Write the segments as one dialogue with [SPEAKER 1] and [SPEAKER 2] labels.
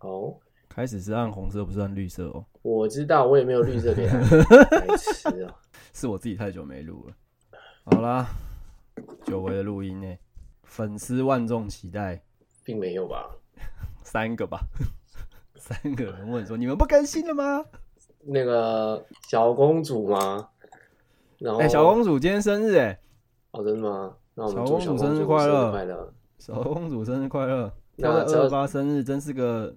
[SPEAKER 1] 哦，
[SPEAKER 2] 开始是按红色，不是按绿色哦，
[SPEAKER 1] 我知道，我也没有绿色给 他，白痴哦、
[SPEAKER 2] 是我自己太久没录了。好啦，久违的录音呢，粉丝万众期待，
[SPEAKER 1] 并没有吧？
[SPEAKER 2] 三个 吧，三个人问说你们不更新了吗？
[SPEAKER 1] 那个小公主吗？然后，
[SPEAKER 2] 哎、小公主今天生日哎，
[SPEAKER 1] 哦，真的吗？那我们
[SPEAKER 2] 小
[SPEAKER 1] 祝
[SPEAKER 2] 公主
[SPEAKER 1] 小公主
[SPEAKER 2] 生日快
[SPEAKER 1] 快
[SPEAKER 2] 乐
[SPEAKER 1] 快乐！
[SPEAKER 2] 小公主生日快乐！
[SPEAKER 1] 那
[SPEAKER 2] 跳在
[SPEAKER 1] 这
[SPEAKER 2] 二八生日真是个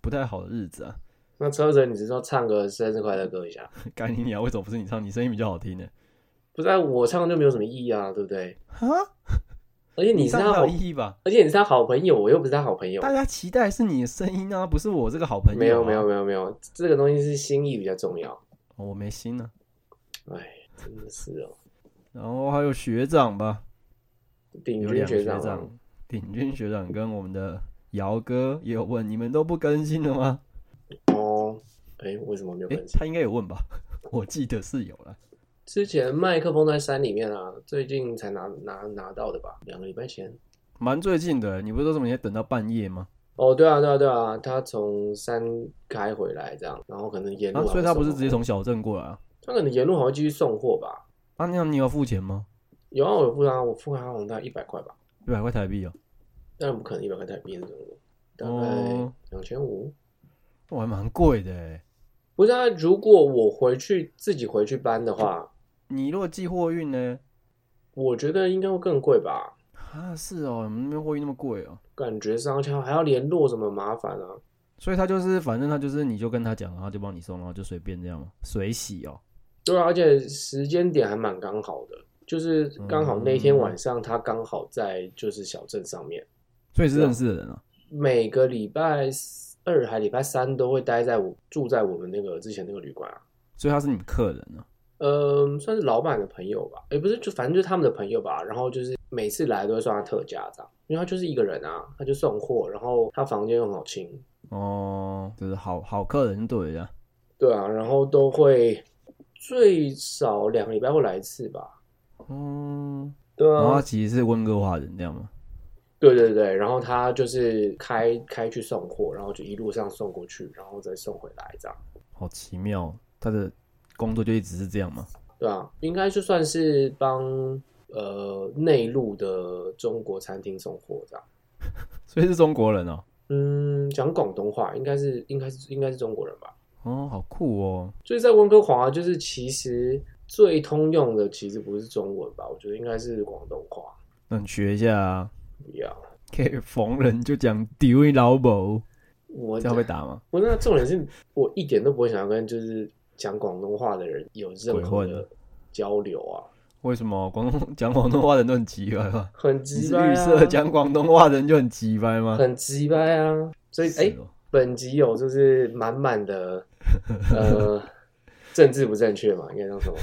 [SPEAKER 2] 不太好的日子啊。
[SPEAKER 1] 那车神，你只是要唱个生日快乐歌一下，
[SPEAKER 2] 该你鸟，为什么不是你唱？你声音比较好听呢。
[SPEAKER 1] 不然我唱就没有什么意义啊，对不对？
[SPEAKER 2] 哈，
[SPEAKER 1] 而且你是
[SPEAKER 2] 上
[SPEAKER 1] 他
[SPEAKER 2] 才
[SPEAKER 1] 好
[SPEAKER 2] 有，意义吧？
[SPEAKER 1] 而且你是他好朋友，我又不是他好朋友。
[SPEAKER 2] 大家期待是你的声音啊，不是我这个好朋友、啊
[SPEAKER 1] 没有没有，没有没有，这个东西是心意比较重要。
[SPEAKER 2] 哦我没心呢、
[SPEAKER 1] 哎，真的是哦，
[SPEAKER 2] 然后还有学长吧，
[SPEAKER 1] 顶
[SPEAKER 2] 有
[SPEAKER 1] 军
[SPEAKER 2] 两个
[SPEAKER 1] 学
[SPEAKER 2] 学
[SPEAKER 1] 长啊，
[SPEAKER 2] 长，鼎军学长跟我们的姚哥也有问，你们都不更新了吗？
[SPEAKER 1] 哦，哎，为什么没有
[SPEAKER 2] 诶、
[SPEAKER 1] 更新？
[SPEAKER 2] 他应该有问吧？ 我记得是有了。
[SPEAKER 1] 之前麦克风在山里面啊，最近才拿拿拿到的吧，两个礼拜前。
[SPEAKER 2] 蛮最近的，欸你不是说什么你要等到半夜吗？
[SPEAKER 1] 哦，对啊，对啊，对啊，他从山开回来这样，然后可能沿路、
[SPEAKER 2] 啊，所以他不是直接，从小镇过来啊？
[SPEAKER 1] 他可能沿路好像继续送货吧。
[SPEAKER 2] 啊，那样你有付钱吗？
[SPEAKER 1] 有啊，我付他，我付他好像大概一百块吧，
[SPEAKER 2] 一百块台币哦、
[SPEAKER 1] 当然不可能一百块台币这种的，大概
[SPEAKER 2] 哦
[SPEAKER 1] 两千五。
[SPEAKER 2] 我还蛮贵的欸诶。
[SPEAKER 1] 不是啊，如果我回去自己回去搬的话，
[SPEAKER 2] 你如果寄货运呢？
[SPEAKER 1] 我觉得应该会更贵吧，
[SPEAKER 2] 啊，是哦，你们那边货运那么贵哦、
[SPEAKER 1] 感觉上还要还要联络什么麻烦啊。
[SPEAKER 2] 所以他就是，反正他就是，你就跟他讲，然后就帮你送，然后就随便这样嘛，水洗哦、
[SPEAKER 1] 对啊，而且时间点还蛮刚好的，就是刚好那
[SPEAKER 2] 嗯
[SPEAKER 1] 天晚上他刚好在就是小镇上面，
[SPEAKER 2] 所以是认识的人啊。
[SPEAKER 1] 每个礼拜二还礼拜三都会待在我住在我们那个之前那个旅馆啊，
[SPEAKER 2] 所以他是你客人啊。
[SPEAKER 1] 嗯、算是老板的朋友吧，也不是就反正就是他们的朋友吧，然后就是每次来都会算他特价这样，因为他就是一个人啊，他就送货，然后他房间又很好清，
[SPEAKER 2] 哦，就是好好客人就对了啊。
[SPEAKER 1] 对啊，然后都会最少两个礼拜会来一次吧，
[SPEAKER 2] 嗯，
[SPEAKER 1] 对啊，
[SPEAKER 2] 然后他其实是温哥华人，这样吗？
[SPEAKER 1] 对对对，然后他就是开开去送货，然后就一路上送过去，然后再送回来这样，
[SPEAKER 2] 好奇妙哦，他的工作就一直是这样吗？
[SPEAKER 1] 对啊，应该就算是帮呃内陆的中国餐厅送货这样。
[SPEAKER 2] 所以是中国人哦。
[SPEAKER 1] 嗯，讲广东话应该是应该是应该是中国人吧？
[SPEAKER 2] 哦，好酷哦。
[SPEAKER 1] 所以在温哥华，就是其实最通用的其实不是中文吧？我觉得应该是广东话
[SPEAKER 2] 那你学一下啊，
[SPEAKER 1] 一样。
[SPEAKER 2] 可以逢人就讲丢一老母，
[SPEAKER 1] 我
[SPEAKER 2] 这样会被打吗？
[SPEAKER 1] 我那重点是我一点都不会想要跟就是讲广东话的人有任
[SPEAKER 2] 鬼
[SPEAKER 1] 何
[SPEAKER 2] 混
[SPEAKER 1] 的交流啊。
[SPEAKER 2] 为什么广东讲广东话的人都很奇怪吗？
[SPEAKER 1] 很
[SPEAKER 2] 你
[SPEAKER 1] 直
[SPEAKER 2] 是
[SPEAKER 1] 白、啊、
[SPEAKER 2] 绿色讲广东话的人就很奇怪吗？
[SPEAKER 1] 很直白啊。所以，哎、
[SPEAKER 2] 是哦
[SPEAKER 1] 本集有就是满满的呃政治不正确嘛，应该这样说。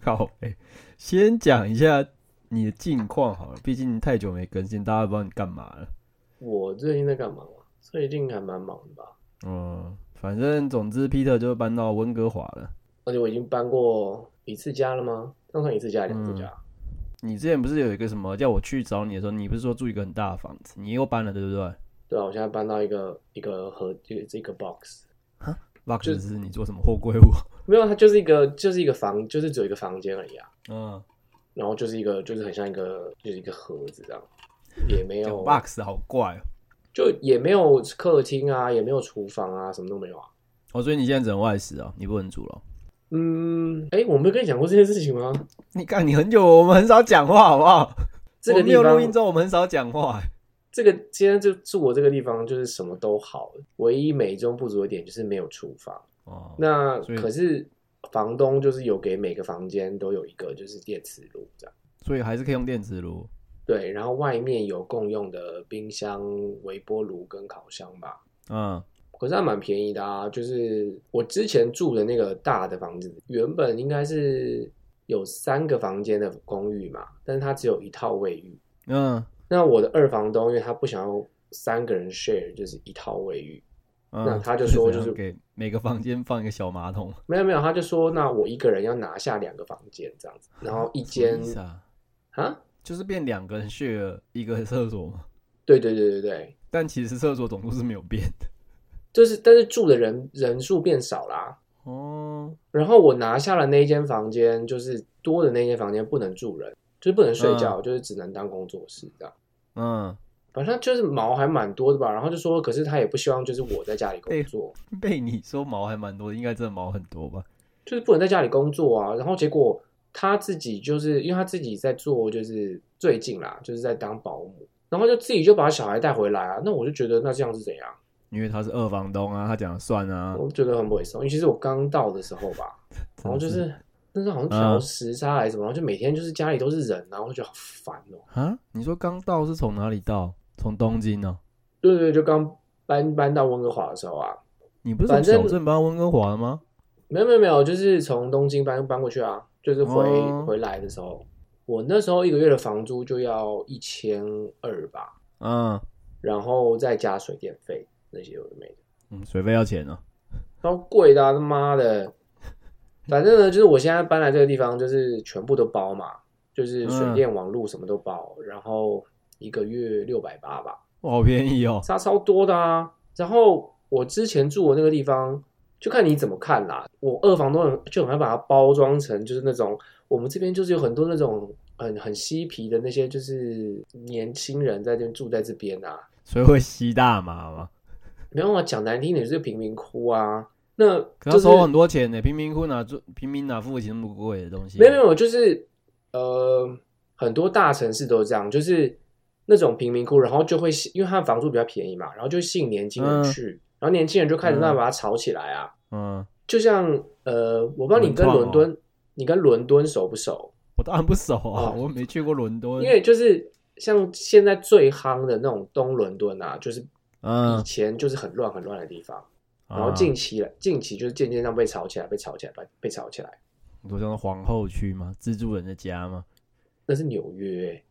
[SPEAKER 2] 靠北，先讲一下你的近况好了，毕竟太久没更新，大家不知道你干嘛了。
[SPEAKER 1] 我最近在干嘛嘛？最近还蛮忙的吧，
[SPEAKER 2] 嗯，反正总之，Peter 就搬到温哥华了。
[SPEAKER 1] 而且我已经搬过一次家了吗？这样算一次家两次家？
[SPEAKER 2] 嗯你之前不是有一个什么叫我去找你的时候，你不是说住一个很大的房子，你又搬了，对不对
[SPEAKER 1] 对啊，我现在搬到一个一个盒一个一个 box，
[SPEAKER 2] ？Box
[SPEAKER 1] 就是
[SPEAKER 2] 你做什么货柜屋？
[SPEAKER 1] 没有，它就是一个就是一个房，就是只有一个房间而已啊。
[SPEAKER 2] 嗯，
[SPEAKER 1] 然后就是一个就是很像一个就是一个盒子这样，也没
[SPEAKER 2] 讲
[SPEAKER 1] 有
[SPEAKER 2] Box 好怪哦。
[SPEAKER 1] 就也没有客厅啊，也没有厨房啊，什么都没有啊。
[SPEAKER 2] 哦，所以你现在只能外食啊，你不能煮了哦。
[SPEAKER 1] 嗯，哎，我没有跟你讲过这件事情吗？
[SPEAKER 2] 你看，你很久我们很少讲话，好不好？
[SPEAKER 1] 这
[SPEAKER 2] 我
[SPEAKER 1] 个
[SPEAKER 2] 没
[SPEAKER 1] 地
[SPEAKER 2] 有
[SPEAKER 1] 方，
[SPEAKER 2] 录音之后，我们很少讲话。哎
[SPEAKER 1] 这个今天就住我这个地方，就是什么都好，唯一美中不足的点就是没有厨房。
[SPEAKER 2] 哦，
[SPEAKER 1] 那
[SPEAKER 2] 所以
[SPEAKER 1] 可是房东就是有给每个房间都有一个就是电磁炉这样，
[SPEAKER 2] 所以还是可以用电磁炉。
[SPEAKER 1] 对，然后外面有共用的冰箱、微波炉跟烤箱吧。
[SPEAKER 2] 嗯，
[SPEAKER 1] 可是还蛮便宜的啊，就是我之前住的那个大的房子，原本应该是有三个房间的公寓嘛，但是它只有一套卫浴。
[SPEAKER 2] 嗯
[SPEAKER 1] 那我的二房东，因为他不想要三个人 share，就是一套卫浴，
[SPEAKER 2] 嗯，
[SPEAKER 1] 那他就说
[SPEAKER 2] 怎
[SPEAKER 1] 就是
[SPEAKER 2] 样给每个房间放一个小马桶，
[SPEAKER 1] 没有没有，他就说那我一个人要拿下两个房间这样子，然后一
[SPEAKER 2] 什
[SPEAKER 1] 间
[SPEAKER 2] 么意思啊，
[SPEAKER 1] 啊，
[SPEAKER 2] 就是变两个人 share 一个厕所嘛。
[SPEAKER 1] 对对对对对，
[SPEAKER 2] 但其实厕所总数是没有变的，
[SPEAKER 1] 就是但是住的人人数变少啦。
[SPEAKER 2] 哦，
[SPEAKER 1] 然后我拿下了那一间房间，就是多的那间房间不能住人，就是不能睡觉，就是只能当工作室这样。
[SPEAKER 2] 嗯，
[SPEAKER 1] 反正就是毛还蛮多的吧，然后就说，可是他也不希望就是我在家里工作，
[SPEAKER 2] 被你说毛还蛮多，应该真的毛很多吧？
[SPEAKER 1] 就是不能在家里工作啊。然后结果他自己就是因为他自己在做，就是最近啦，就是在当保姆，然后就自己就把小孩带回来啊。那我就觉得那这样是怎样？
[SPEAKER 2] 因为他是二房东啊，他讲了算啊，
[SPEAKER 1] 我觉得很不卫生，尤其是我刚到的时候吧，然后就
[SPEAKER 2] 真
[SPEAKER 1] 是那时候好像调时差还是什么，然后就每天就是家里都是人，然后就觉得好烦哦。
[SPEAKER 2] 啊，你说刚到是从哪里到？从东京哦呢、
[SPEAKER 1] 对对，对就刚搬搬到温哥华的时候啊，
[SPEAKER 2] 你不是
[SPEAKER 1] 反
[SPEAKER 2] 从
[SPEAKER 1] 正
[SPEAKER 2] 小镇搬温哥华的吗？
[SPEAKER 1] 没有没有没有，就是从东京搬搬过去啊，就是回、
[SPEAKER 2] 哦
[SPEAKER 1] 回来的时候，我那时候一个月的房租就要一千二吧，
[SPEAKER 2] 嗯
[SPEAKER 1] 然后再加水电费那些有的没的，
[SPEAKER 2] 嗯，水费要钱啊。
[SPEAKER 1] 超贵的、啊，他妈的！反正呢，就是我现在搬来这个地方，就是全部都包嘛，就是水电、网路什么都包，然后一个月六百八吧，
[SPEAKER 2] 哇，好便宜哦！
[SPEAKER 1] 差超多的啊。然后我之前住的那个地方，就看你怎么看啦。我二房东很就很爱把它包装成就是那种我们这边就是有很多那种很很嬉皮的那些就是年轻人在这边住在这边啊，
[SPEAKER 2] 所以会吸大麻吗？
[SPEAKER 1] 没办法讲难听点就是贫民窟啊。那
[SPEAKER 2] 可
[SPEAKER 1] 就是是
[SPEAKER 2] 收很多钱呢、贫民窟哪住平民哪付得起那么贵的东西？啊
[SPEAKER 1] 没有没有，就是呃，很多大城市都是这样，就是那种贫民窟，然后就会吸因为它的房租比较便宜嘛，然后就会吸引年轻人
[SPEAKER 2] 嗯
[SPEAKER 1] 去，然后年轻人就开始
[SPEAKER 2] 嗯
[SPEAKER 1] 慢慢把它炒起来啊。
[SPEAKER 2] 嗯，
[SPEAKER 1] 就像呃，我不知道你跟伦
[SPEAKER 2] 文创
[SPEAKER 1] 敦，你跟伦敦熟不熟？
[SPEAKER 2] 我当然不熟啊，
[SPEAKER 1] 哦
[SPEAKER 2] 我没去过伦敦。
[SPEAKER 1] 因为就是像现在最夯的那种东伦敦啊，就是以
[SPEAKER 2] 嗯，
[SPEAKER 1] 前就是很乱很乱的地方，然后
[SPEAKER 2] 啊
[SPEAKER 1] 近期了，近期就是渐渐让被炒起来，被炒起来，被被炒起来。
[SPEAKER 2] 你说像是皇后区吗？蜘蛛人的家吗？
[SPEAKER 1] 那是纽约欸、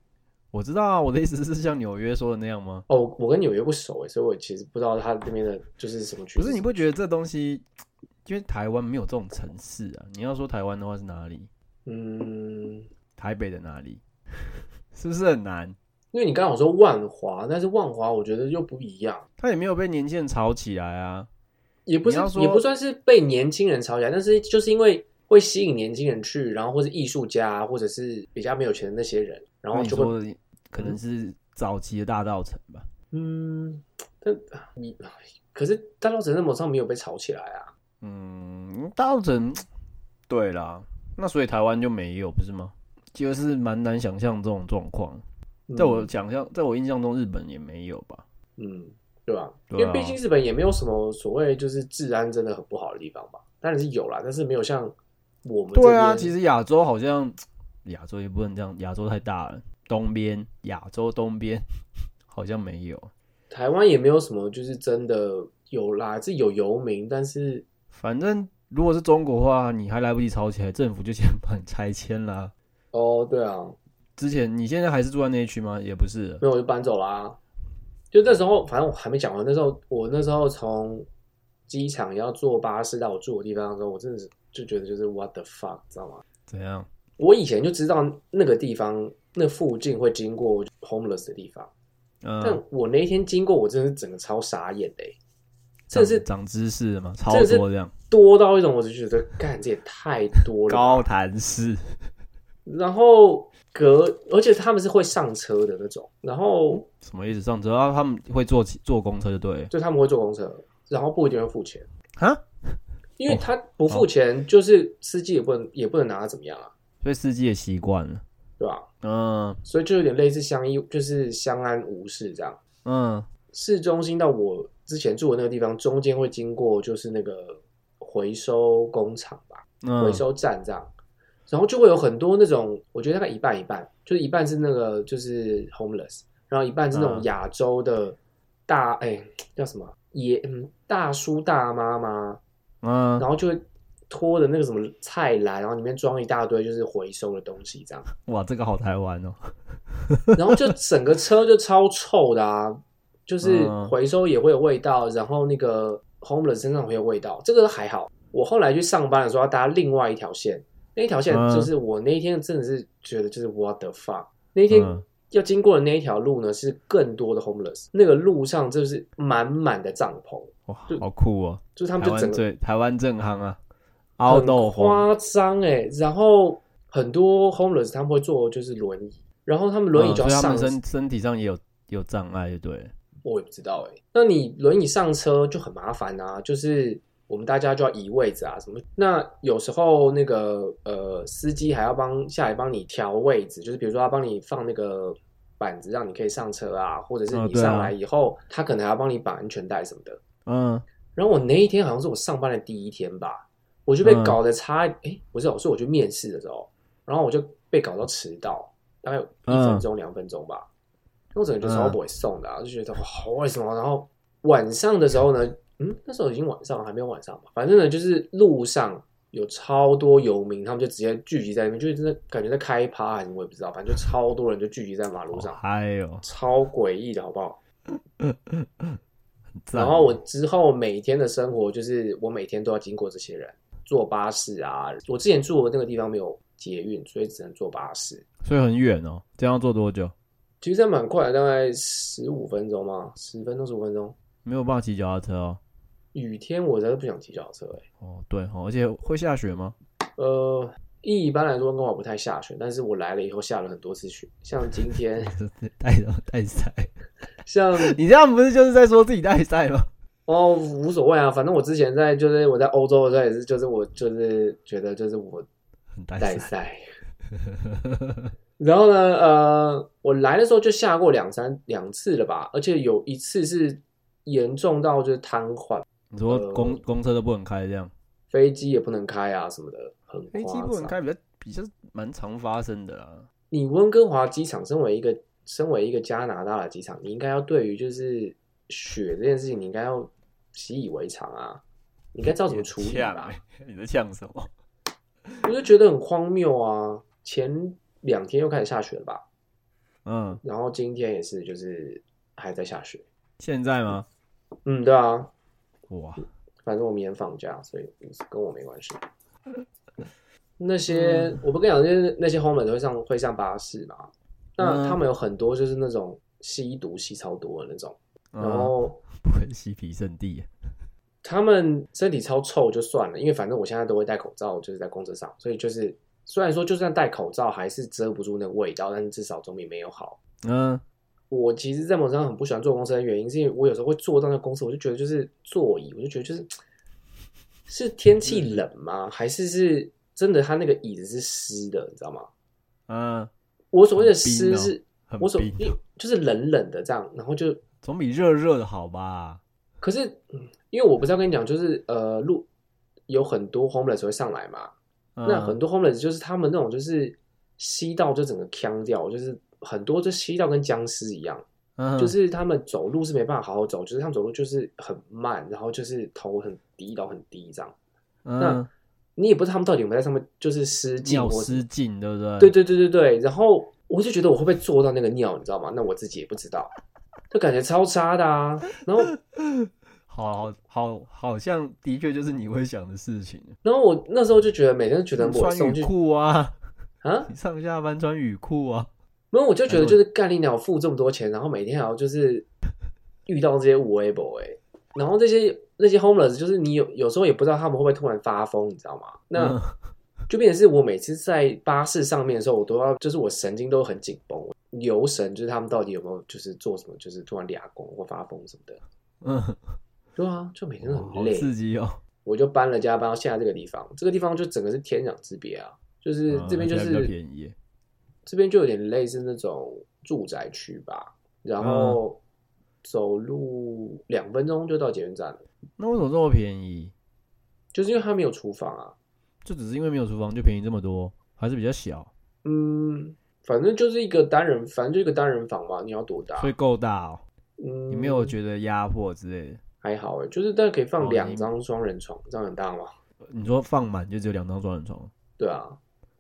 [SPEAKER 2] 我知道啊，我的意思是像纽约说的那样吗？
[SPEAKER 1] 哦，我跟纽约不熟哎、所以我其实不知道它那边的就是什么区。
[SPEAKER 2] 不是，你不觉得这东西，因为台湾没有这种城市啊？你要说台湾的话是哪里？
[SPEAKER 1] 嗯，
[SPEAKER 2] 台北的 哪里？是不是很难？
[SPEAKER 1] 因为你刚好说万华，但是万华我觉得又不一样，
[SPEAKER 2] 它也没有被年轻人炒起来啊。
[SPEAKER 1] 也不是
[SPEAKER 2] 你要说
[SPEAKER 1] 也不算是被年轻人炒起来，但是就是因为会吸引年轻人去，然后或是艺术家，啊或者是比较没有钱的那些人，然后
[SPEAKER 2] 那你
[SPEAKER 1] 就会
[SPEAKER 2] 说的可能是早期的大道城吧？
[SPEAKER 1] 嗯，但你可是大稻城那么上没有被炒起来啊，
[SPEAKER 2] 嗯，大道城，对啦，那所以台湾就没有，不是吗？就是蛮难想象这种状况，在我想象，在我印象中，日本也没有吧？
[SPEAKER 1] 嗯，嗯对吧、因
[SPEAKER 2] 对啊
[SPEAKER 1] 为毕竟日本也没有什么所谓就是治安真的很不好的地方吧，当然是有啦，但是没有像我们这
[SPEAKER 2] 对啊，
[SPEAKER 1] 边
[SPEAKER 2] 其实亚洲好像，亚洲也不能这样，亚洲太大了。东边，亚洲东边 好像没有，
[SPEAKER 1] 台湾也没有什么就是真的有啦，是有游民，但是
[SPEAKER 2] 反正如果是中国的话，你还来不及吵起来，政府就先把你拆迁啦。
[SPEAKER 1] 哦，对啊，
[SPEAKER 2] 之前你现在还是住在那一区吗？也不是了，
[SPEAKER 1] 没有我就搬走啦、就那时候，反正我还没讲完。那时候我那时候从机场要坐巴士到我住的地方的时候，我真的是就觉得就是 what the fuck，知道吗？
[SPEAKER 2] 怎样？
[SPEAKER 1] 我以前就知道那个地方那附近会经过 homeless 的地方，但
[SPEAKER 2] 嗯，
[SPEAKER 1] 我那一天经过，我真的是整个超傻眼的、欸，
[SPEAKER 2] 长
[SPEAKER 1] 这是
[SPEAKER 2] 长知识了嘛，超
[SPEAKER 1] 这是
[SPEAKER 2] 多这样，
[SPEAKER 1] 多到一种我就觉得干这也太多了吧。
[SPEAKER 2] 高谈式。
[SPEAKER 1] 然后隔，而且他们是会上车的那种，然后
[SPEAKER 2] 什么意思？上车啊？他们会坐骑坐公车就对了
[SPEAKER 1] 就他们会坐公车，然后不一定会付钱，
[SPEAKER 2] 啊？
[SPEAKER 1] 因为他不付钱，就是司机也不能也不能拿他怎么样啊，
[SPEAKER 2] 所以司机也习惯了。
[SPEAKER 1] 对吧？
[SPEAKER 2] 嗯
[SPEAKER 1] 所以就有点类似相依，就是相安无事这样。
[SPEAKER 2] 嗯，
[SPEAKER 1] 市中心到我之前住的那个地方，中间会经过就是那个回收工厂吧，
[SPEAKER 2] 嗯
[SPEAKER 1] 回收站这样，然后就会有很多那种，我觉得大概一半一半，就是一半是那个就是 homeless，然后一半是那种
[SPEAKER 2] 嗯
[SPEAKER 1] 亚洲的大哎、叫什么爷嗯大叔大妈吗？
[SPEAKER 2] 嗯，
[SPEAKER 1] 然后就会拖着那个什么菜篮，然后里面装一大堆就是回收的东西 这样，
[SPEAKER 2] 哇，这个好台湾哦。
[SPEAKER 1] 然后就整个车就超臭的啊，就是
[SPEAKER 2] 嗯
[SPEAKER 1] 回收也会有味道，然后那个 homeless 身上会有味道，这个还好。我后来去上班的时候要搭另外一条线，那一条线
[SPEAKER 2] 嗯
[SPEAKER 1] 就是我那一天真的是觉得就是 what the fuck，那一天
[SPEAKER 2] 嗯
[SPEAKER 1] 要经过的那一条路呢，是更多的 homeless。那个路上就是满满的帐篷，
[SPEAKER 2] 哇
[SPEAKER 1] 就，
[SPEAKER 2] 好酷哦！
[SPEAKER 1] 就是他们
[SPEAKER 2] 台
[SPEAKER 1] 就整
[SPEAKER 2] 湾
[SPEAKER 1] 个
[SPEAKER 2] 最台湾正夯啊，凹
[SPEAKER 1] 很
[SPEAKER 2] 豆荒
[SPEAKER 1] 夸张哎。然后很多 homeless 他们会坐就是轮椅，然后他们轮椅
[SPEAKER 2] 嗯
[SPEAKER 1] 就要
[SPEAKER 2] 所以他
[SPEAKER 1] 上
[SPEAKER 2] 们，身身体上也有有障碍，就对了。
[SPEAKER 1] 我也不知道哎。那你轮椅上车就很麻烦啊，就是我们大家就要移位置啊什么。那有时候那个呃司机还要帮下来帮你调位置，就是比如说他帮你放那个。板子让你可以上车啊，或者是
[SPEAKER 2] 哦
[SPEAKER 1] 你
[SPEAKER 2] 对啊
[SPEAKER 1] 上来以后，他可能还要帮你绑安全带什么的。
[SPEAKER 2] 嗯，
[SPEAKER 1] 然后我那一天好像是我上班的第一天吧，我就被
[SPEAKER 2] 嗯
[SPEAKER 1] 搞得差，哎、不是哦，是我去面试的时候，然后我就被搞到迟到，大概有一分钟、两分钟吧。那我整个就超不会送的、啊，就觉得哇，为什么？然后晚上的时候呢，嗯，那时候已经晚上了，还没有晚上吧，反正呢，就是路上有超多游民，他们就直接聚集在那边，就是真的感觉在开趴还是我也不知道，反正就超多人就聚集在马路上，
[SPEAKER 2] 还有，
[SPEAKER 1] 超诡异的好不好？
[SPEAKER 2] 很赞
[SPEAKER 1] 然后我之后每天的生活就是我每天都要经过这些人，坐巴士啊。我之前住的那个地方没有捷运，所以只能坐巴士。
[SPEAKER 2] 所以很远哦，这样要坐多久？
[SPEAKER 1] 其实这样蛮快的，大概十五分钟嘛，十分钟十五分钟。
[SPEAKER 2] 没有办法骑脚踏车哦。
[SPEAKER 1] 雨天我真的不想骑脚踏车哎、
[SPEAKER 2] 哦，对哦，而且会下雪吗？
[SPEAKER 1] 呃，一般来说温哥华不太下雪，但是我来了以后下了很多次雪，像今天，
[SPEAKER 2] 带什么带赛？
[SPEAKER 1] 像
[SPEAKER 2] 你这样不是就是在说自己带赛吗？
[SPEAKER 1] 哦，无所谓啊，反正我之前在就是我在欧洲的时候也是，就是我就是觉得就是我
[SPEAKER 2] 很带
[SPEAKER 1] 代
[SPEAKER 2] 赛。
[SPEAKER 1] 赛。然后呢，呃，我来的时候就下过两三两次了吧，而且有一次是严重到就是瘫痪，
[SPEAKER 2] 你说
[SPEAKER 1] 呃
[SPEAKER 2] 公公车都不能开这样？
[SPEAKER 1] 飞机也不能开啊什么的，很
[SPEAKER 2] 飞机
[SPEAKER 1] 夸
[SPEAKER 2] 不能
[SPEAKER 1] 张。
[SPEAKER 2] 开，比较比较蛮常发生的啦。
[SPEAKER 1] 你温哥华机场身为一个身为一个加拿大的机场，你应该要对于就是雪这件事情，你应该要习以为常啊，你应该知道怎么啊处理吧？
[SPEAKER 2] 你在呛什么？
[SPEAKER 1] 我就觉得很荒谬啊！前两天又开始下雪了吧，
[SPEAKER 2] 嗯，
[SPEAKER 1] 然后今天也是，就是还在下雪。
[SPEAKER 2] 现在吗？
[SPEAKER 1] 嗯，对啊，
[SPEAKER 2] 哇，
[SPEAKER 1] 反正我明天放假，所以跟我没关系。那些、
[SPEAKER 2] 嗯
[SPEAKER 1] 我不跟你讲，就是那些 homeless 会上会上巴士嘛，那
[SPEAKER 2] 嗯
[SPEAKER 1] 他们有很多就是那种吸毒吸超多的那种，然
[SPEAKER 2] 嗯、
[SPEAKER 1] 后
[SPEAKER 2] 不会嬉皮圣地。啊
[SPEAKER 1] 他们身体超臭就算了，因为反正我现在都会戴口罩，就是在工作上，所以就是虽然说就算戴口罩还是遮不住那个味道，但是至少总比没有好。
[SPEAKER 2] 嗯，
[SPEAKER 1] 我其实，在某种上很不喜欢坐公车的原因，是因为我有时候会坐到那个公司，我就觉得就是座椅，我就觉得就是是天
[SPEAKER 2] 嗯
[SPEAKER 1] 气冷吗？还是是真的它那个椅子是湿的，你知道吗？
[SPEAKER 2] 嗯，
[SPEAKER 1] 我所谓的
[SPEAKER 2] 很冰
[SPEAKER 1] 湿
[SPEAKER 2] 哦
[SPEAKER 1] 是，
[SPEAKER 2] 很
[SPEAKER 1] 我所
[SPEAKER 2] 冰，哦
[SPEAKER 1] 就是冷冷的这样，然后就
[SPEAKER 2] 总比热热的好吧？
[SPEAKER 1] 可是，嗯因为我不是要跟你讲，就是呃，路有很多 homeless 会上来嘛，
[SPEAKER 2] 嗯、
[SPEAKER 1] 那很多 homeless 就是他们那种就是吸到就整个呛掉，就是很多就吸到跟僵尸一样。
[SPEAKER 2] 嗯
[SPEAKER 1] 就是他们走路是没办法好好走，就是他们走路就是很慢，然后就是头很低，然后很低这样。
[SPEAKER 2] 嗯，
[SPEAKER 1] 你也不知道他们到底有没有在上面就是失禁
[SPEAKER 2] 尿
[SPEAKER 1] 或
[SPEAKER 2] 失禁，对不对？
[SPEAKER 1] 对对对对对。然后我就觉得我会不会做到那个尿，你知道吗？那我自己也不知道，就感觉超差的啊。然后
[SPEAKER 2] 好好好，好像的确就是你会想的事情。
[SPEAKER 1] 然后我那时候就觉得每天觉得我
[SPEAKER 2] 穿
[SPEAKER 1] 送
[SPEAKER 2] 雨
[SPEAKER 1] 去
[SPEAKER 2] 裤啊，
[SPEAKER 1] 啊，
[SPEAKER 2] 你上下班穿雨裤啊，
[SPEAKER 1] 没有我就觉得就是干你鸟付这么多钱，然后每天还要就是遇到这些无 a b l 哎，然后这些那些 homeless 就是你有有时候也不知道他们会不会突然发疯，你知道吗？那。
[SPEAKER 2] 嗯
[SPEAKER 1] 就变成是我每次在巴士上面的时候，我都要就是我神经都很紧绷，我留神就是他们到底有没有就是做什么，就是突然俩拱或发疯什么的。
[SPEAKER 2] 嗯，
[SPEAKER 1] 对啊，就每天都
[SPEAKER 2] 哇
[SPEAKER 1] 很
[SPEAKER 2] 好
[SPEAKER 1] 累。
[SPEAKER 2] 刺激哦。
[SPEAKER 1] 我就搬了家，搬到现在这个地方，这个地方就整个是天壤之别啊！就是
[SPEAKER 2] 嗯
[SPEAKER 1] 这边就
[SPEAKER 2] 现在比较
[SPEAKER 1] 是、
[SPEAKER 2] 便宜。
[SPEAKER 1] 这边就有点类似那种住宅区吧，
[SPEAKER 2] 嗯
[SPEAKER 1] 然后走路两分钟就到捷运站了，
[SPEAKER 2] 那为什么这么便宜？
[SPEAKER 1] 就是因为它没有厨房啊。
[SPEAKER 2] 就只是因为没有厨房就便宜这么多，还是比较小，
[SPEAKER 1] 嗯，反正就是一个单人，反正就一个单人房嘛，你要多大？
[SPEAKER 2] 所以够大哦。
[SPEAKER 1] 嗯，
[SPEAKER 2] 你没有觉得压迫之类的？
[SPEAKER 1] 还好哎，就是但可以放
[SPEAKER 2] 哦
[SPEAKER 1] 两
[SPEAKER 2] 你
[SPEAKER 1] 张双人床，这样很大吗？
[SPEAKER 2] 你说放满就只有两张双人床，
[SPEAKER 1] 对啊，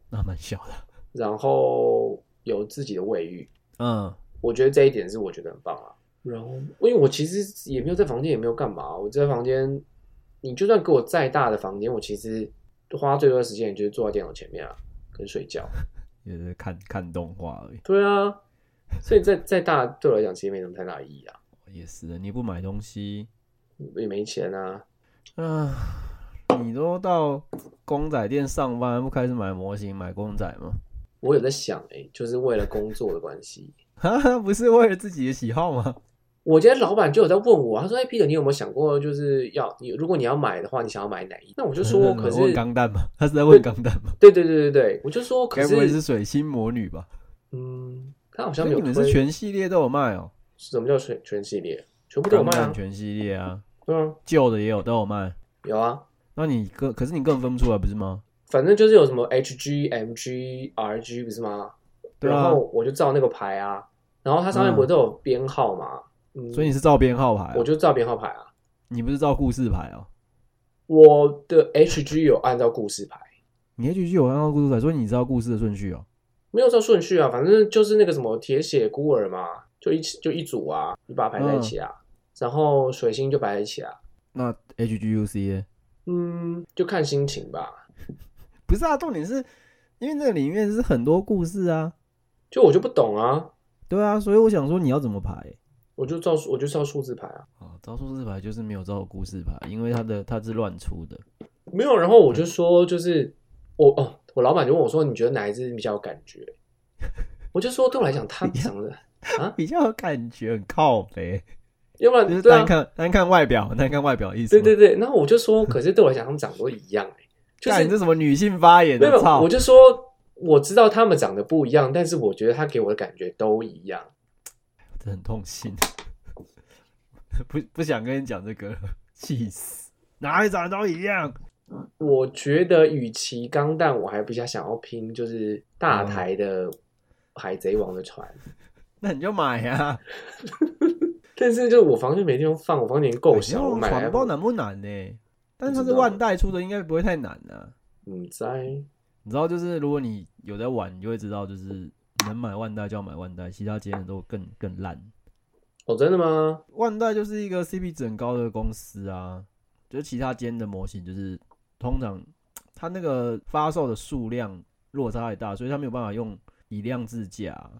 [SPEAKER 2] 那蛮小的。
[SPEAKER 1] 然后有自己的卫浴，
[SPEAKER 2] 嗯，
[SPEAKER 1] 我觉得这一点是我觉得很棒啊。然后，因为我其实也没有在房间，也没有干嘛，啊我在房间，你就算给我再大的房间，我其实花最多的时间也就是坐在电脑前面啊，跟睡觉。
[SPEAKER 2] 也是看看动画而已。
[SPEAKER 1] 对啊，所以再再大对我来讲其实没什么太大意义啊，
[SPEAKER 2] 也是，你不买东西，
[SPEAKER 1] 也没钱啊，
[SPEAKER 2] 啊，你都到公仔店上班，不开始买模型、买公仔吗？
[SPEAKER 1] 我有在想哎、就是为了工作的关系，
[SPEAKER 2] 哈，不是为了自己的喜好吗？
[SPEAKER 1] 我今天老板就有在问我，他说：“哎、p e t e r 你有没有想过，就是要你如果你要买的话，你想要买哪一？”那我就 说：“可是，
[SPEAKER 2] 问钢蛋吗？他是在问钢蛋吗？
[SPEAKER 1] 对对对对对，我就说，可
[SPEAKER 2] 该不会
[SPEAKER 1] 是，
[SPEAKER 2] 是水星魔女吧？
[SPEAKER 1] 嗯，他好像
[SPEAKER 2] 所以
[SPEAKER 1] 没有
[SPEAKER 2] 你们是
[SPEAKER 1] 推，
[SPEAKER 2] 全系列都有卖哦、
[SPEAKER 1] 什么叫全全系列？全部都有
[SPEAKER 2] 钢
[SPEAKER 1] 卖
[SPEAKER 2] 蛋
[SPEAKER 1] 啊，
[SPEAKER 2] 全系列啊，
[SPEAKER 1] 对啊，
[SPEAKER 2] 旧的也有都有卖。
[SPEAKER 1] 有啊，
[SPEAKER 2] 那你更可是你更分不出来不是吗？
[SPEAKER 1] 反正就是有什么 HG、MG、RG 不是吗？
[SPEAKER 2] 对啊
[SPEAKER 1] 然后我就照那个牌啊，然后它上面
[SPEAKER 2] 嗯
[SPEAKER 1] 不是都有编号嘛？嗯，
[SPEAKER 2] 所以你是照编号牌、
[SPEAKER 1] 我
[SPEAKER 2] 哦，
[SPEAKER 1] 就照编号牌啊。
[SPEAKER 2] 你不是照故事牌哦、
[SPEAKER 1] 我的 HG 有按照故事牌，
[SPEAKER 2] 你 H G 有按照故事牌，所以你知道故事的顺序哦、
[SPEAKER 1] 没有照顺序啊，反正就是那个什么铁血孤儿嘛，就一起就一组啊，你把它排在一起啊，
[SPEAKER 2] 嗯
[SPEAKER 1] 然后水星就摆在一起啊，
[SPEAKER 2] 那 H G U C 呢
[SPEAKER 1] 嗯，就看心情吧。
[SPEAKER 2] 不是啊，重点是因为那个里面是很多故事啊，
[SPEAKER 1] 就我就不懂啊，
[SPEAKER 2] 对啊，所以我想说你要怎么排、
[SPEAKER 1] 我就照我就照数字牌啊，
[SPEAKER 2] 哦，招数字牌就是没有照故事牌，因为它的它是乱出的。
[SPEAKER 1] 没有。然后
[SPEAKER 2] 嗯
[SPEAKER 1] 我就说，就是我哦，我老板就问我说，你觉得哪一只比较有感觉？ 我就说，对我来讲，他长得啊，
[SPEAKER 2] 比较有感觉很靠北，
[SPEAKER 1] 要不
[SPEAKER 2] 就
[SPEAKER 1] 然
[SPEAKER 2] 是
[SPEAKER 1] 对啊
[SPEAKER 2] 单，看、单看外表，单看外表意思
[SPEAKER 1] 对
[SPEAKER 2] 吗。
[SPEAKER 1] 对对。然后我就说，可是对我来讲，他们长得都一样、欸，就
[SPEAKER 2] 干
[SPEAKER 1] 是
[SPEAKER 2] 你这什么女性发言
[SPEAKER 1] 没
[SPEAKER 2] 的
[SPEAKER 1] 有，
[SPEAKER 2] 操
[SPEAKER 1] 我！就说我知道他们长得不一样，但是我觉得他给我的感觉都一样。
[SPEAKER 2] 这很痛心， 不不想跟你讲这个了，气死！哪里长得都一样，
[SPEAKER 1] 我觉得与其钢弹，我还比较想要拼就是大台的海贼王的船，
[SPEAKER 2] 那你就买啊！
[SPEAKER 1] 但是就是我房间没地方放，我房间已经够小，我
[SPEAKER 2] 我
[SPEAKER 1] 买
[SPEAKER 2] 船
[SPEAKER 1] 来
[SPEAKER 2] 不知道难不难呢、但是它是万代出的，应该不会太难啊。
[SPEAKER 1] 嗯在
[SPEAKER 2] 你知道，就是如果你有在玩，你就会知道，就是能买万代就要买万代，其他节能都更更烂。
[SPEAKER 1] 哦真的吗？
[SPEAKER 2] 万代就是一个 CP 值很高的公司啊，就是其他间的模型，就是通常它那个发售的数量落差太大，所以它没有办法用以量制价啊。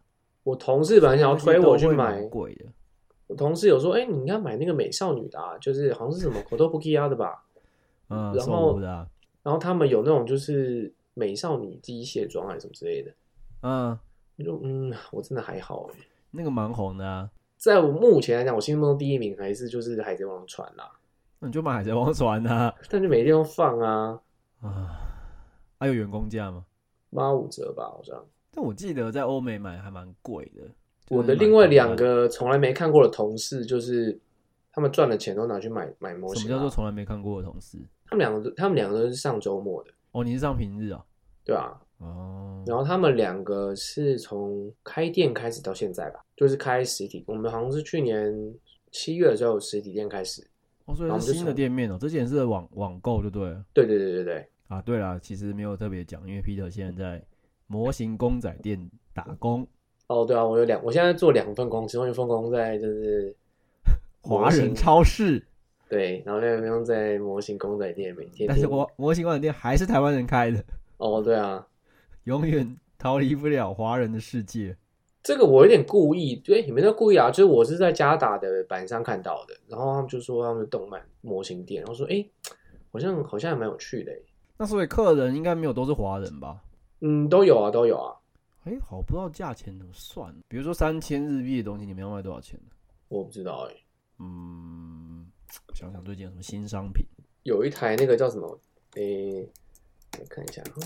[SPEAKER 1] 我同事本来想要推我去
[SPEAKER 2] 东西都会
[SPEAKER 1] 买
[SPEAKER 2] 蛮，贵的，
[SPEAKER 1] 我同事有说，哎、你应该买那个美少女的、啊，就是好像是什么 Kotobukiya 的吧，
[SPEAKER 2] 嗯，
[SPEAKER 1] 然后
[SPEAKER 2] 手无的、啊，
[SPEAKER 1] 然后他们有那种就是美少女机械装还是什么之类的，
[SPEAKER 2] 嗯，
[SPEAKER 1] 我就嗯，我真的还好哎、
[SPEAKER 2] 那个蛮红的啊，
[SPEAKER 1] 在我目前来讲，我心目中第一名还是就是海贼王的船啦，
[SPEAKER 2] 那你就买海贼王船啊，
[SPEAKER 1] 但就没地方放啊，
[SPEAKER 2] 啊，还、有员工价吗？
[SPEAKER 1] 八五折吧，好像。
[SPEAKER 2] 但我记得在欧美买还蛮贵的。就是
[SPEAKER 1] 我的
[SPEAKER 2] 买
[SPEAKER 1] 另外
[SPEAKER 2] 同
[SPEAKER 1] 两
[SPEAKER 2] 样
[SPEAKER 1] 个从来没看过的同事，就是他们赚的钱都拿去买买模
[SPEAKER 2] 什么
[SPEAKER 1] 型、
[SPEAKER 2] 叫做
[SPEAKER 1] 啊。
[SPEAKER 2] 从来没看过的同事？
[SPEAKER 1] 他们两个都，他们两个都是上周末的，
[SPEAKER 2] 哦，你是上平日啊？
[SPEAKER 1] 对啊。
[SPEAKER 2] 哦，
[SPEAKER 1] 然后他们两个是从开店开始到现在吧，就是开实体。我们好像是去年七月的时候有实体店开始。
[SPEAKER 2] 哦，所
[SPEAKER 1] 然后我们
[SPEAKER 2] 以是
[SPEAKER 1] 就
[SPEAKER 2] 新的
[SPEAKER 1] 从
[SPEAKER 2] 店面哦，之前是网网购就对了
[SPEAKER 1] 对对对对对，
[SPEAKER 2] 啊。对啦，其实没有特别讲，因为 Peter 现在在模型公仔店打工，
[SPEAKER 1] 哦对啊，我有两，我现在做两份工，其中一份工在就是
[SPEAKER 2] 华
[SPEAKER 1] 模型
[SPEAKER 2] 人超市，
[SPEAKER 1] 对，然后那个用在模型公仔店每天。
[SPEAKER 2] 但是我模型公仔店还是台湾人开的，
[SPEAKER 1] 哦，对啊，
[SPEAKER 2] 永远 逃离不了华人的世界。
[SPEAKER 1] 这个我有点故意，对，也没在故意啊，就是我是在加打的板上看到的，然后他们就说他们的动漫模型店，然后说哎，好像好像还蛮有趣的诶，
[SPEAKER 2] 那所以客人应该没有都是华人吧？
[SPEAKER 1] 嗯，都有啊，都有啊，
[SPEAKER 2] 哎，好，不知道价钱怎么算。比如说三千日币的东西，你们要卖多少钱呢？
[SPEAKER 1] 我不知道哎，
[SPEAKER 2] 嗯，我想想最近有什么新商品？
[SPEAKER 1] 有一台那个叫什么，哎，我看一下，哦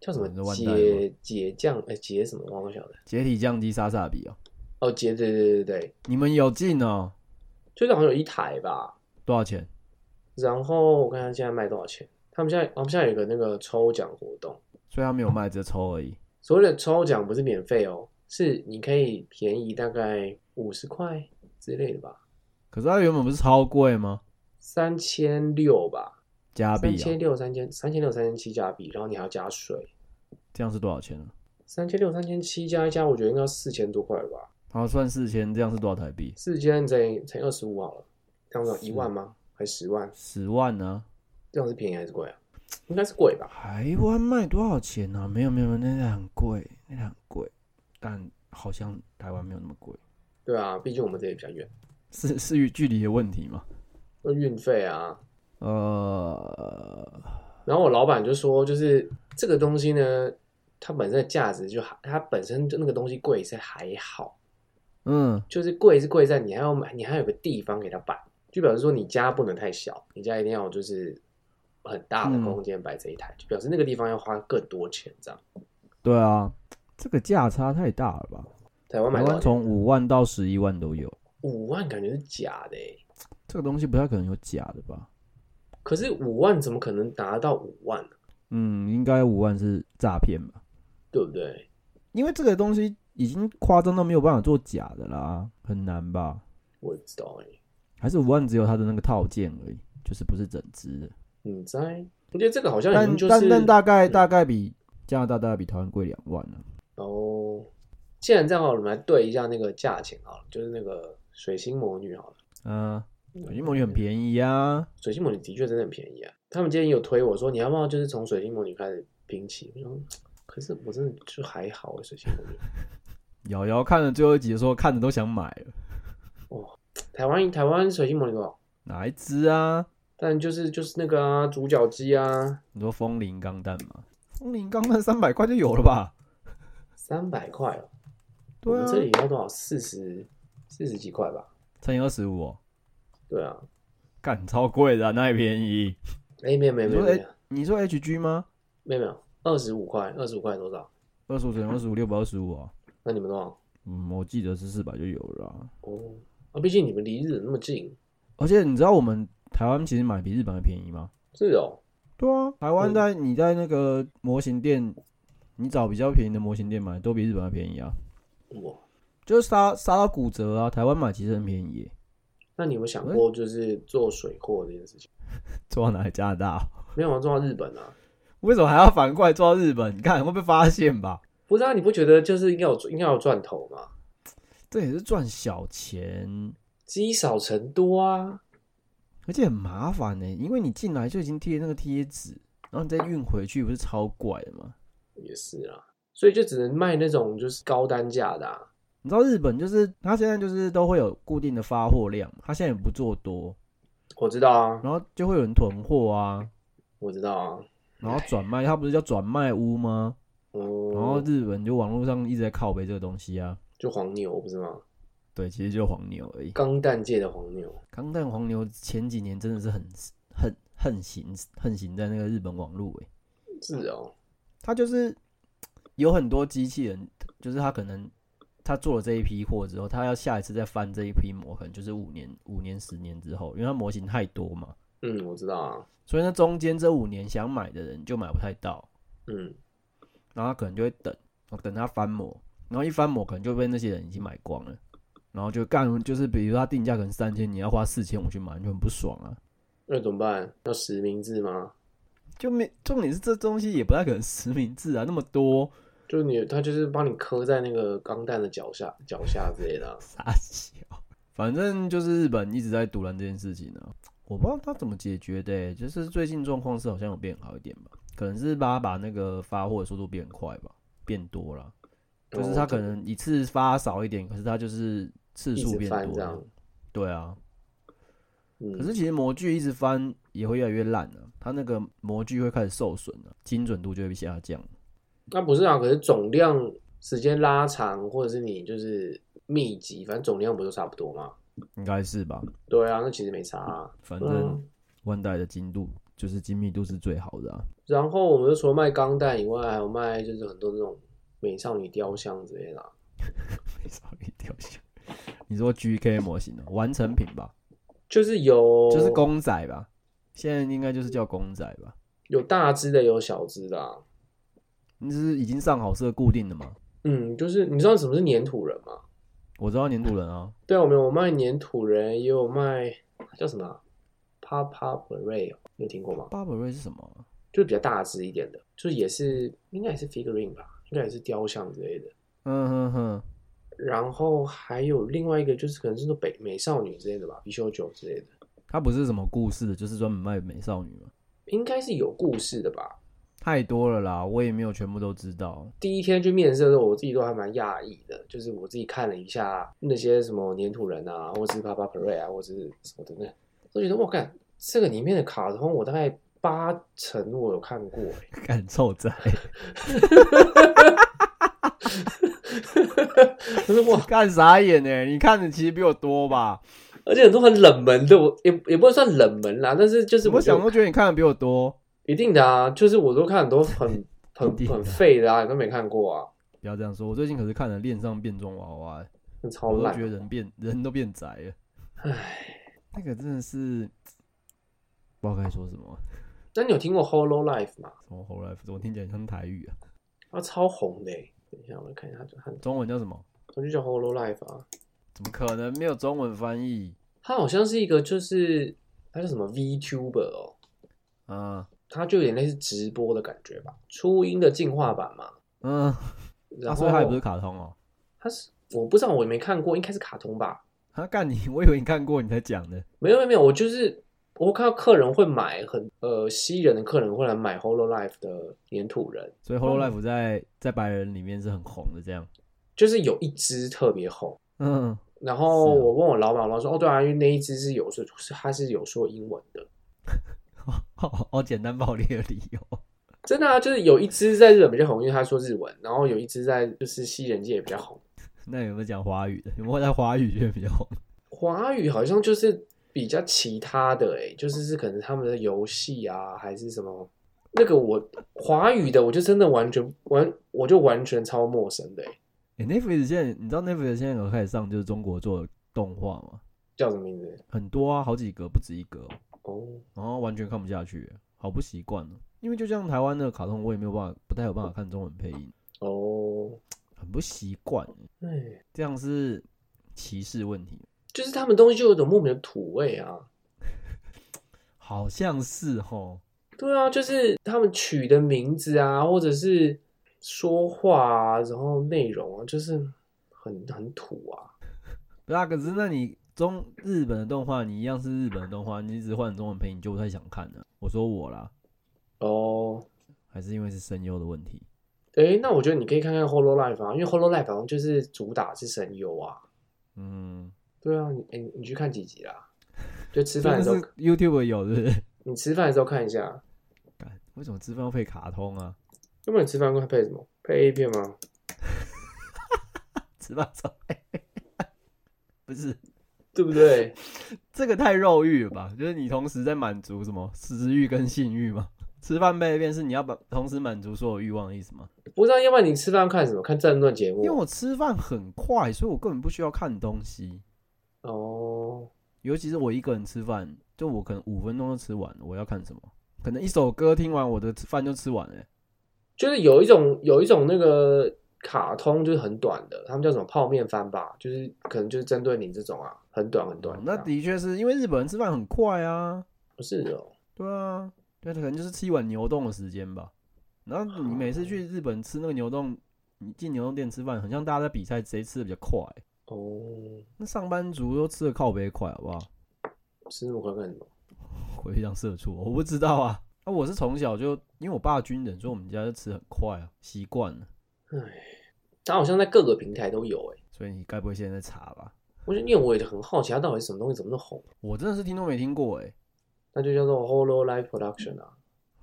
[SPEAKER 1] 叫什么
[SPEAKER 2] 你在万代吗
[SPEAKER 1] 解解降，哎，解什么忘了晓得，
[SPEAKER 2] 解体降低莎莎比哦，
[SPEAKER 1] 哦，解对对对对，
[SPEAKER 2] 你们有进哦？
[SPEAKER 1] 就是好像有一台吧，
[SPEAKER 2] 多少钱？
[SPEAKER 1] 然后我看他现在卖多少钱，他们现在他们现在有个那个抽奖活动。
[SPEAKER 2] 所以他没有卖，只是抽而已。
[SPEAKER 1] 所谓的抽奖不是免费哦，是你可以便宜大概五十块之类的吧，
[SPEAKER 2] 可是它原本不是超贵吗？
[SPEAKER 1] 三千六吧，
[SPEAKER 2] 加
[SPEAKER 1] 三
[SPEAKER 2] 币啊、
[SPEAKER 1] 千六、三千、三千六、三千七加币，然后你还要加税，
[SPEAKER 2] 这样是多少钱啊？
[SPEAKER 1] 三千六、三千七加一加，我觉得应该四千多块了吧，
[SPEAKER 2] 好，算四千，这样是多少台币？
[SPEAKER 1] 四千乘乘二十五好了，这样子一万吗？还十万？
[SPEAKER 2] 十万呢、
[SPEAKER 1] 这样是便宜还是贵啊？应该是贵吧，
[SPEAKER 2] 台湾卖多少钱呢、啊？没有没有，没有那台很贵，那台很贵。但好像台湾没有那么贵，
[SPEAKER 1] 对啊，毕竟我们这里比较远，
[SPEAKER 2] 是是距离的问题吗？
[SPEAKER 1] 那运费啊。
[SPEAKER 2] 呃，
[SPEAKER 1] 然后我老板就说，就是这个东西呢，它本身的价值就还，它本身就那个东西贵是还好，
[SPEAKER 2] 嗯，
[SPEAKER 1] 就是贵是贵在你还要买，你还有个地方给它摆，就表示说你家不能太小，你家一定要有就是很大的空间摆这一台，就表示那个地方要花更多钱这样。
[SPEAKER 2] 对啊，这个价差太大了吧？
[SPEAKER 1] 台湾买多
[SPEAKER 2] 台
[SPEAKER 1] 少钱
[SPEAKER 2] 湾从五万到十一万都有，
[SPEAKER 1] 五万感觉是假的欸
[SPEAKER 2] 这个东西不太可能有假的吧？
[SPEAKER 1] 可是五万怎么可能达到五万呢？
[SPEAKER 2] 嗯，应该五万是诈骗吧？
[SPEAKER 1] 对不对？
[SPEAKER 2] 因为这个东西已经夸张到没有办法做假的啦，很难吧？
[SPEAKER 1] 我也不知道哎、
[SPEAKER 2] 还是五万只有它的那个套件而已，就是不是整只的。
[SPEAKER 1] 你在？我觉得这个好像已
[SPEAKER 2] 但
[SPEAKER 1] 经就是
[SPEAKER 2] 但但大概大概比加拿大大概比台湾贵两万啊呢、
[SPEAKER 1] 哦，既然这样好了，我们来对一下那个价钱好了，就是那个水星魔女好了。
[SPEAKER 2] 啊。水晶魔女很便宜啊，
[SPEAKER 1] 水星魔女的确真的很便宜啊。他们今天有推我说，你要不要就是从水星魔女开始拼起？我说，可是我真的就还好、欸、水星魔女。
[SPEAKER 2] 瑶瑶看了最后一集的时候，看着都想买了，
[SPEAKER 1] 台湾台湾水星魔女多少？
[SPEAKER 2] 哪一只啊？
[SPEAKER 1] 但就是就是那个啊，主角机啊，
[SPEAKER 2] 你说风铃钢弹吗？风铃钢弹三百块就有了吧？
[SPEAKER 1] 三百块哦。我
[SPEAKER 2] 对
[SPEAKER 1] 们这里
[SPEAKER 2] 啊，
[SPEAKER 1] 要多少？四十四十几块吧？
[SPEAKER 2] 乘以二十五，哦
[SPEAKER 1] 对啊，
[SPEAKER 2] 干超贵的啊、那也便宜。
[SPEAKER 1] 哎，没有没有没有
[SPEAKER 2] 你
[SPEAKER 1] 没
[SPEAKER 2] 说
[SPEAKER 1] 有
[SPEAKER 2] 你说 HG 吗？
[SPEAKER 1] 没有没有，二十五块，二十五块多少？
[SPEAKER 2] 二十五乘以二十五，六百二十五啊。
[SPEAKER 1] 那你们多少？
[SPEAKER 2] 嗯，我记得是四百就有了啊、
[SPEAKER 1] 哦，啊，毕竟你们离日本那么近，
[SPEAKER 2] 而且你知道我们台湾其实买比日本还便宜吗？
[SPEAKER 1] 是哦，
[SPEAKER 2] 对啊，台湾
[SPEAKER 1] 嗯
[SPEAKER 2] 在你在那个模型店，你找比较便宜的模型店买，都比日本还便宜啊，
[SPEAKER 1] 哇，
[SPEAKER 2] 就是杀杀到骨折啊。台湾买其实很便宜耶，
[SPEAKER 1] 那你有没有想过就是做水货这件事情？
[SPEAKER 2] 做到哪里加拿大？
[SPEAKER 1] 没有啊，做到日本啊？
[SPEAKER 2] 为什么还要反过来做到日本？你看会被发现吧？
[SPEAKER 1] 不是啊，你不觉得就是应该有应该有赚头吗？
[SPEAKER 2] 这也是赚小钱，
[SPEAKER 1] 积少成多啊，
[SPEAKER 2] 而且很麻烦呢，因为你进来就已经贴那个贴纸，然后你再运回去，不是超怪的吗？
[SPEAKER 1] 也是啊，所以就只能卖那种就是高单价的、啊，
[SPEAKER 2] 你知道日本就是它现在就是都会有固定的发货量，它现在也不做多，
[SPEAKER 1] 我知道啊，
[SPEAKER 2] 然后就会有人囤货啊，
[SPEAKER 1] 我知道啊，
[SPEAKER 2] 然后转卖，它不是叫转卖屋吗？然后
[SPEAKER 1] 哦，
[SPEAKER 2] 日本就网络上一直在靠背这个东西啊，
[SPEAKER 1] 就黄牛不是吗？
[SPEAKER 2] 对，其实就黄牛而已。
[SPEAKER 1] 钢弹界的黄牛，
[SPEAKER 2] 钢弹黄牛前几年真的是很很横行横行在那个日本网络欸诶，
[SPEAKER 1] 是哦，
[SPEAKER 2] 他就是有很多机器人，就是他可能他做了这一批货之后，他要下一次再翻这一批模，可能就是五年五年十年之后，因为他模型太多嘛，
[SPEAKER 1] 嗯，我知道啊，
[SPEAKER 2] 所以那中间这五年想买的人就买不太到，
[SPEAKER 1] 嗯，
[SPEAKER 2] 然后他可能就会等，哦等他翻模，然后一翻模可能就被那些人已经买光了，然后就干就是比如说他定价可能三千，你要花四千五去买，你就很不爽啊。
[SPEAKER 1] 那怎么办？要实名制吗？
[SPEAKER 2] 就没重点是这东西也不太可能实名制啊，那么多
[SPEAKER 1] 就你，他就是帮你磕在那个钢弹的脚下、脚下之类的啊、
[SPEAKER 2] 傻笑。 反正就是日本一直在阻拦这件事情啊，我不知道他怎么解决的欸、就是最近状况是好像有变好一点吧，可能是把把那个发货的速度变快吧，变多了，
[SPEAKER 1] 啊
[SPEAKER 2] 就是他可能一次发少一点，可是他就是次
[SPEAKER 1] 一
[SPEAKER 2] 数
[SPEAKER 1] 直
[SPEAKER 2] 变
[SPEAKER 1] 翻
[SPEAKER 2] 多
[SPEAKER 1] 这
[SPEAKER 2] 了
[SPEAKER 1] 样，
[SPEAKER 2] 对啊。
[SPEAKER 1] 嗯，
[SPEAKER 2] 可是其实模具一直翻也会越来越烂啊，它那个模具会开始受损啊，精准度就会下降。
[SPEAKER 1] 那不是啊，可是总量时间拉长，或者是你就是密集，反正总量不都差不多吗？
[SPEAKER 2] 应该是吧？
[SPEAKER 1] 对啊，那其实没差、啊。
[SPEAKER 2] 反正
[SPEAKER 1] 嗯，
[SPEAKER 2] 万代的精度就是精密度是最好的啊。
[SPEAKER 1] 然后我们就除了卖钢弹以外，还有卖就是很多那种美少女雕像之类的啊、
[SPEAKER 2] 没少一条线。你说 GK 模型的、完成品吧，
[SPEAKER 1] 就是有
[SPEAKER 2] 就是公仔吧，现在应该就是叫公仔吧。
[SPEAKER 1] 有大只的，有小只的、啊。
[SPEAKER 2] 你是已经上好色固定的吗？
[SPEAKER 1] 嗯，就是你知道什么是粘土人吗？
[SPEAKER 2] 我知道粘土人啊，
[SPEAKER 1] 对啊，我们有卖粘土人，也有卖叫什么、啊、Papa b r a y 哦你有听过吗？
[SPEAKER 2] 巴宝瑞是什么啊？
[SPEAKER 1] 就比较大只一点的，就是也是应该也是 figurine 吧，应该也是雕像之类的。
[SPEAKER 2] 嗯哼哼，
[SPEAKER 1] 然后还有另外一个就是可能是那北美少女之类的吧，比修九之类的，
[SPEAKER 2] 它不是什么故事的，就是专门卖美少女嘛。
[SPEAKER 1] 应该是有故事的吧？
[SPEAKER 2] 太多了啦，我也没有全部都知道。
[SPEAKER 1] 第一天去面试的时候，我自己都还蛮讶异的，就是我自己看了一下那些什么粘土人啊，或是 Papa Play 啊，或是什么等等，我觉得我看这个里面的卡通，我大概八成我有看过、欸，
[SPEAKER 2] 干臭仔，
[SPEAKER 1] 可是哇，
[SPEAKER 2] 干傻眼呢、你看的其实比我多吧？
[SPEAKER 1] 而且很多很冷门的，我也也不能算冷门啦，但是就是
[SPEAKER 2] 怎么
[SPEAKER 1] 就
[SPEAKER 2] 想都觉得你看的比我多。
[SPEAKER 1] 一定的啊，就是我都看很多很
[SPEAKER 2] 一
[SPEAKER 1] 很
[SPEAKER 2] 定的
[SPEAKER 1] 很废的啊，你都没看过啊，
[SPEAKER 2] 不要这样说，我最近可是看了《恋上变装娃娃、欸
[SPEAKER 1] 那超
[SPEAKER 2] 我都
[SPEAKER 1] 烂
[SPEAKER 2] 觉得。人变人都变宅了。那个真的是不知道该说什么，
[SPEAKER 1] 那你有听过 Hollow Life 吗？
[SPEAKER 2] 什么后来我听起来像台语啊，
[SPEAKER 1] 它超红的、欸，等一下我来看一下它它
[SPEAKER 2] 中文叫什么？
[SPEAKER 1] 它就叫 Hollow Life 啊。
[SPEAKER 2] 怎么可能没有中文翻译
[SPEAKER 1] 它好像是一个就是它叫什么 VTuber 哦，
[SPEAKER 2] 啊？
[SPEAKER 1] 它就有点类似直播的感觉吧，初音的进化版嘛。
[SPEAKER 2] 嗯，
[SPEAKER 1] 然
[SPEAKER 2] 他
[SPEAKER 1] 后
[SPEAKER 2] 说他也不是卡通哦、
[SPEAKER 1] 它是我不知道，我也没看过，应该是卡通吧？
[SPEAKER 2] 他啊干你， 我以为你看过你才讲的。
[SPEAKER 1] 没有没有没有，我就是我看到客人会买很呃西人的客人会来买 Hollow Life 的粘土人，
[SPEAKER 2] 所以 Hololive 在在白人里面是很红的，这样。
[SPEAKER 1] 就是有一只特别红。
[SPEAKER 2] 嗯，
[SPEAKER 1] 然
[SPEAKER 2] 是
[SPEAKER 1] 后
[SPEAKER 2] 啊
[SPEAKER 1] 我问我老板，我老板说：“哦，对啊，因为那一只是有说，是它是有说英文的，
[SPEAKER 2] 好好好简单暴力的理由。
[SPEAKER 1] 真的啊，就是有一只在日本比较红，因为它说日文，然后有一只在就是西人界也比较红。
[SPEAKER 2] 那有没有讲华语的？有没有在华语圈比较红？
[SPEAKER 1] 华语好像就是比较其他的、欸，就是是可能他们的游戏啊，还是什么那个我华语的，我就真的完全完，我就完全超陌生的、欸，
[SPEAKER 2] 哎、n e t f l i x 现在你知道 Netflix 现在有开始上就是中国做的动画吗？
[SPEAKER 1] 叫什么名字？
[SPEAKER 2] 很多啊，好几个，不止一个哦、
[SPEAKER 1] 哦，
[SPEAKER 2] 然后完全看不下去，好不习惯哦。因为就像台湾的卡通，我也没有办法，不太有办法看中文配音，
[SPEAKER 1] 哦，
[SPEAKER 2] 很不习惯。
[SPEAKER 1] 哎，
[SPEAKER 2] 这样是歧视问题，
[SPEAKER 1] 就是他们东西就有种莫名的土味啊。
[SPEAKER 2] 好像是吼。
[SPEAKER 1] 对啊，就是他们取的名字啊，或者是说话啊，然后内容啊，就是很很土啊。
[SPEAKER 2] 不是啊，可是那你中日本的动画，你一样是日本的动画，你只是换中文配音，你就不太想看了。我说我啦，
[SPEAKER 1] 哦，
[SPEAKER 2] 还是因为是声优的问题。
[SPEAKER 1] 诶，那我觉得你可以看看《Hollow Life》啊，因为《Hollow Life》好像就是主打是声优啊。
[SPEAKER 2] 嗯，
[SPEAKER 1] 对啊，你诶，你去看几集啦？就吃
[SPEAKER 2] 真
[SPEAKER 1] 饭
[SPEAKER 2] 的
[SPEAKER 1] 的时
[SPEAKER 2] 是
[SPEAKER 1] 候，
[SPEAKER 2] YouTube 有是不是？
[SPEAKER 1] 你吃饭的时候看一下。
[SPEAKER 2] 干为什么吃饭要配卡通啊？
[SPEAKER 1] 要不然你吃饭会配什么？配 A 片吗？
[SPEAKER 2] 吃饭早不是
[SPEAKER 1] 对不对？
[SPEAKER 2] 这个太肉欲了吧？就是你同时在满足什么食欲跟性欲嘛？ 吃饭配便是你要把同时满足所有欲望的意思吗？
[SPEAKER 1] 不知道，要不然你吃饭看什么？看战论节
[SPEAKER 2] 因为
[SPEAKER 1] 目？
[SPEAKER 2] 我吃饭很快，所以我根本不需要看东西。
[SPEAKER 1] 哦，
[SPEAKER 2] 尤其是我一个人吃饭，就我可能五分钟就吃完了，我要看什么？可能一首歌听完，我的饭就吃完了欸、
[SPEAKER 1] 就是有一种有一种那个卡通就是很短的，他们叫什么泡面番吧，就是可能就是针对你这种啊，很短很短
[SPEAKER 2] 哦
[SPEAKER 1] 的
[SPEAKER 2] 那
[SPEAKER 1] 啊。
[SPEAKER 2] 的确是因为日本人吃饭很快啊，
[SPEAKER 1] 不是哦，
[SPEAKER 2] 对啊，对，可能就是吃一碗牛丼的时间吧。然后你每次去日本吃那个牛丼，你进牛丼店吃饭，很像大家在比赛谁吃的比较快欸、
[SPEAKER 1] 哦，
[SPEAKER 2] 那上班族都吃的靠北快，好不好？
[SPEAKER 1] 吃那么快干什么？
[SPEAKER 2] 回想社畜，我不知道啊。啊，我是从小就因为我爸军人，所以我们家就吃很快啊，习惯了。
[SPEAKER 1] 它好像在各个平台都有哎、
[SPEAKER 2] 所以你该不会现在在查吧？
[SPEAKER 1] 我觉得因为我也很好奇它到底是什么东西怎么那么红，
[SPEAKER 2] 我真的是听都没听过哎、
[SPEAKER 1] 那就叫做 Holo Life Production 啊，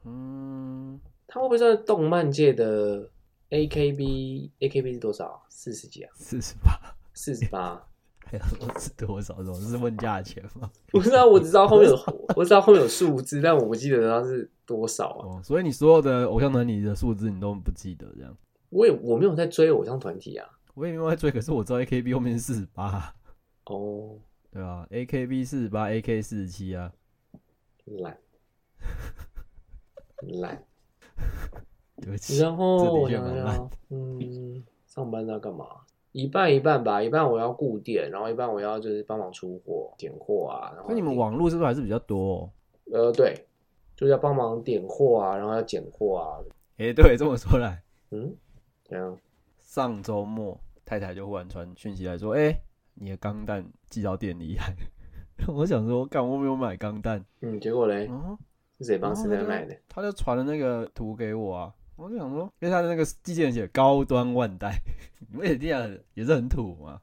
[SPEAKER 2] 嗯，
[SPEAKER 1] 它会不会在动漫界的 AKB AKB 是多少？四十几啊？
[SPEAKER 2] 四十八，
[SPEAKER 1] 四十八？啊
[SPEAKER 2] 哎呀，我是多少？多少是问价钱吗？
[SPEAKER 1] 不知 道，我只知道后面有，我只知道后面有数字，但我不记得它是多少啊。
[SPEAKER 2] 哦，所以你所有的偶像团体的数字你都不记得，这样
[SPEAKER 1] 我也我没有在追偶像团体啊。
[SPEAKER 2] 我也没有在追，可是我知道 AKB 后面是四十八，啊
[SPEAKER 1] 哦，
[SPEAKER 2] 对吧？AKB 四十八，AK 四十七啊，
[SPEAKER 1] 懒， 懒。
[SPEAKER 2] 对不起，
[SPEAKER 1] 然后
[SPEAKER 2] 这的
[SPEAKER 1] 我
[SPEAKER 2] 确
[SPEAKER 1] 想
[SPEAKER 2] 蛮烂
[SPEAKER 1] 想，嗯，上班要干嘛？一半一半吧，一半我要顾店，然后一半我要就是帮忙出货、点货啊。然后
[SPEAKER 2] 那你们网络是不是还是比较多、哦？
[SPEAKER 1] 呃对，就是要帮忙点货啊，然后要拣货啊。
[SPEAKER 2] 哎、对，这么说来，
[SPEAKER 1] 嗯，怎样？
[SPEAKER 2] 上周末太太就忽然传讯息来说，哎、你的钢蛋 寄到店里来。我想说，干，我没有买钢蛋。
[SPEAKER 1] 嗯，结果嘞，
[SPEAKER 2] 哦，
[SPEAKER 1] 是谁帮
[SPEAKER 2] 然
[SPEAKER 1] 谁
[SPEAKER 2] 后他
[SPEAKER 1] 在
[SPEAKER 2] 就
[SPEAKER 1] 卖的？
[SPEAKER 2] 他就传了那个图给我啊，我就想说，因为他的那个寄件人写高端万代， 你们也这样也是很土嘛。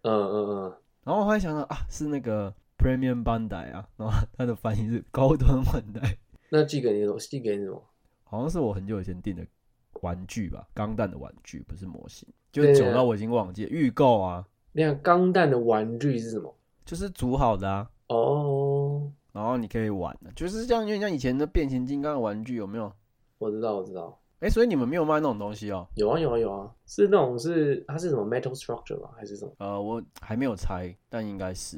[SPEAKER 1] 嗯嗯嗯，
[SPEAKER 2] 然后我后来想到啊，是那个 Premium 万代啊，然后它的翻译是高端万代，
[SPEAKER 1] 那寄给你什么？寄给你什么？
[SPEAKER 2] 好像是我很久以前订的玩具吧，钢弹的玩具，不是模型，就
[SPEAKER 1] 对
[SPEAKER 2] 久到我已经忘记了预购啊，
[SPEAKER 1] 那样钢弹的玩具是什么？
[SPEAKER 2] 就是组好的啊，
[SPEAKER 1] 哦，
[SPEAKER 2] 然后你可以玩的，就是像有点像以前的变形金刚的玩具有没有？
[SPEAKER 1] 我知道，我知道，
[SPEAKER 2] 哎，所以你们没有卖那种东西哦？
[SPEAKER 1] 有啊有啊有啊，是那种是它是什么 metal structure 吗？还是什么？
[SPEAKER 2] 呃，我还没有拆，但应该是，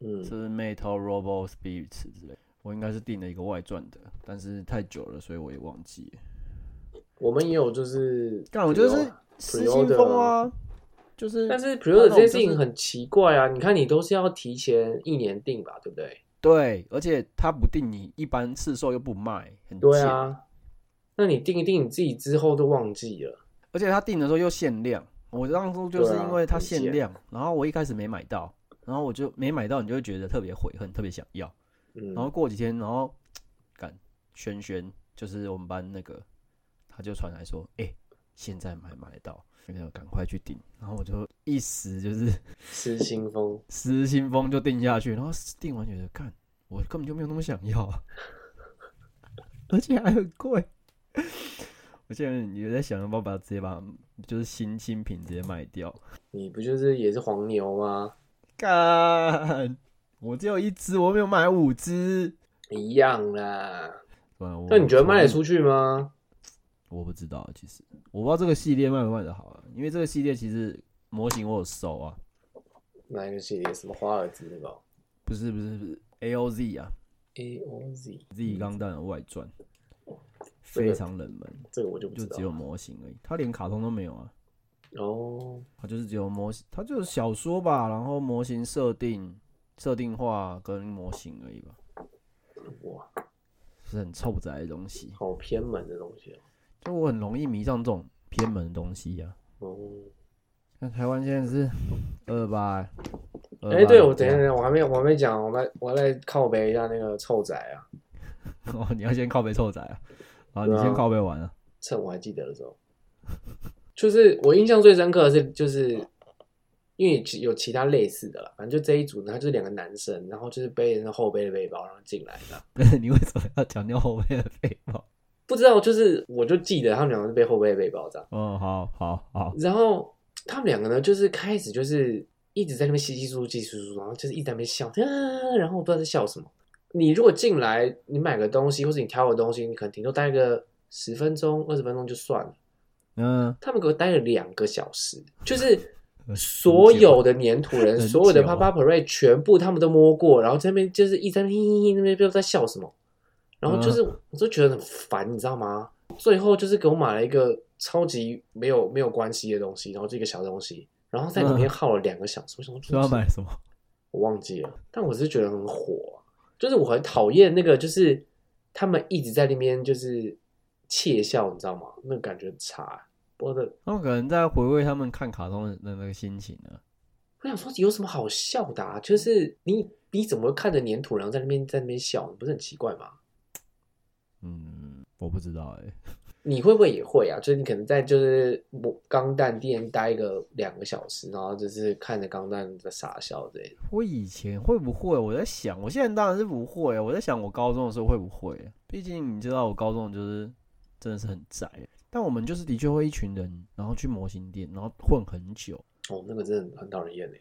[SPEAKER 1] 嗯
[SPEAKER 2] 这，是 Metal Robo Spirits 之类，我应该是订了一个外传的，但是太久了，所以我也忘记了。
[SPEAKER 1] 我们也有就是，
[SPEAKER 2] 但啊我觉得是失心疯啊，就是
[SPEAKER 1] 但是 pre-order 这件事
[SPEAKER 2] 那种就
[SPEAKER 1] 情
[SPEAKER 2] 是
[SPEAKER 1] 很奇怪啊，你看你都是要提前一年订吧，对不对？
[SPEAKER 2] 对，而且他不定你一般市售又不卖，很
[SPEAKER 1] 对
[SPEAKER 2] 贱，
[SPEAKER 1] 啊，那你订一订，你自己之后都忘记了。
[SPEAKER 2] 而且他订的时候又限量。我当初就是
[SPEAKER 1] 对啊
[SPEAKER 2] 因为它
[SPEAKER 1] 很
[SPEAKER 2] 限
[SPEAKER 1] 贱
[SPEAKER 2] 量，然后我一开始没买到，然后我就没买到，你就会觉得特别悔恨，特别想要。
[SPEAKER 1] 嗯，
[SPEAKER 2] 然后过几天，然后干轩轩就是我们班那个，他就传来说，哎、现在买买得到，那个赶快去订。然后我就一时就是
[SPEAKER 1] 失心疯，
[SPEAKER 2] 失心疯就订下去，然后订完觉得干，我根本就没有那么想要啊，而且还很贵。我现在也在想要不要把它直接把就是新新品直接卖掉。
[SPEAKER 1] 你不就是也是黄牛吗？
[SPEAKER 2] 干，我只有一只，我没有买五只。
[SPEAKER 1] 一样啦。
[SPEAKER 2] 不然我
[SPEAKER 1] 那你觉得卖得
[SPEAKER 2] 从
[SPEAKER 1] 出去吗？
[SPEAKER 2] 我不知道，其实我不知道这个系列卖不卖得好啊，因为这个系列其实模型我有收啊，
[SPEAKER 1] 哪一个系列？什么华尔兹那个
[SPEAKER 2] 不是不是不是 A O Z 啊
[SPEAKER 1] ？A O Z
[SPEAKER 2] ，Z 钢弹的外传
[SPEAKER 1] 嗯这个
[SPEAKER 2] 非常冷门，
[SPEAKER 1] 这个我就不
[SPEAKER 2] 就
[SPEAKER 1] 知
[SPEAKER 2] 只
[SPEAKER 1] 道
[SPEAKER 2] 有
[SPEAKER 1] 了。
[SPEAKER 2] 模型而已，它连卡通都没有啊，
[SPEAKER 1] 哦，
[SPEAKER 2] 它就是只有模型，它就是小说吧，然后模型设定、设定化跟模型而已吧，
[SPEAKER 1] 哇，
[SPEAKER 2] 是很臭宅的东西，
[SPEAKER 1] 好偏门的东西哦
[SPEAKER 2] 就我很容易迷上这种偏门的东西呀、啊。
[SPEAKER 1] 哦。哦，
[SPEAKER 2] 那台湾现在是二八，
[SPEAKER 1] 哎、
[SPEAKER 2] 28
[SPEAKER 1] 对，我等一下，等一下，我还没，我还没讲，我来，我来靠背一下那个臭仔啊，
[SPEAKER 2] 哦，你要先靠背臭仔啊！啊，
[SPEAKER 1] 对
[SPEAKER 2] 你
[SPEAKER 1] 啊
[SPEAKER 2] 先靠背完啊。
[SPEAKER 1] 趁我还记得的时 候，就是我印象最深刻的是，就是因为其有其他类似的了，反正就这一组，然后就是两个男生，然后就是背着那后背的背包，然后进来的。
[SPEAKER 2] 但是你为什么要强调后背的背包？
[SPEAKER 1] 不知道，就是我就记得他们两个是背后背的背包这样。
[SPEAKER 2] 哦，好好好，
[SPEAKER 1] 然后他们两个呢，就是开始就是一直在那边稀稀疏疏、稀稀疏疏，然后就是一直在那边笑，啊，然后我不知道在笑什么。你如果进来，你买个东西或者你挑个东西，你可能顶多待个十分钟、二十分钟就算了。
[SPEAKER 2] 嗯，
[SPEAKER 1] 他们给我待了两个小时，就是
[SPEAKER 2] 呃
[SPEAKER 1] 所有的粘土人、
[SPEAKER 2] 很久啊
[SPEAKER 1] 所有的 Papa Parade 全部他们都摸过，然后这边就是一直在那边嘿嘿嘿那边不知道在笑什么，然
[SPEAKER 2] 嗯
[SPEAKER 1] 后就是我就觉得很烦，你知道吗？最后就是给我买了一个超级没有没有关系的东西，然后这个小东西，然后在里面
[SPEAKER 2] 嗯
[SPEAKER 1] 耗了两个小时，我想
[SPEAKER 2] 说要
[SPEAKER 1] 说
[SPEAKER 2] 买什么？
[SPEAKER 1] 我忘记了，但我是觉得很火啊、就是我很讨厌那个，就是他们一直在那边就是窃笑，你知道吗？那个感觉很差，我的。
[SPEAKER 2] 他们可能在回味他们看卡通的那个心情啊呢、
[SPEAKER 1] 我想说有什么好笑的、啊？就是你你怎么看着粘土，然后在那边在那边笑，你不是很奇怪吗？
[SPEAKER 2] 嗯，我不知道哎、
[SPEAKER 1] 你会不会也会啊？就是你可能在就是我钢弹店待个两个小时，然后就是看着钢弹在傻笑之类的。
[SPEAKER 2] 我以前会不会？我在想，我现在当然是不会。啊我在想，我高中的时候会不会？啊毕竟你知道，我高中就是真的是很宅。啊但我们就是的确会一群人，然后去模型店，然后混很久。
[SPEAKER 1] 哦，那个真的很讨人厌哎、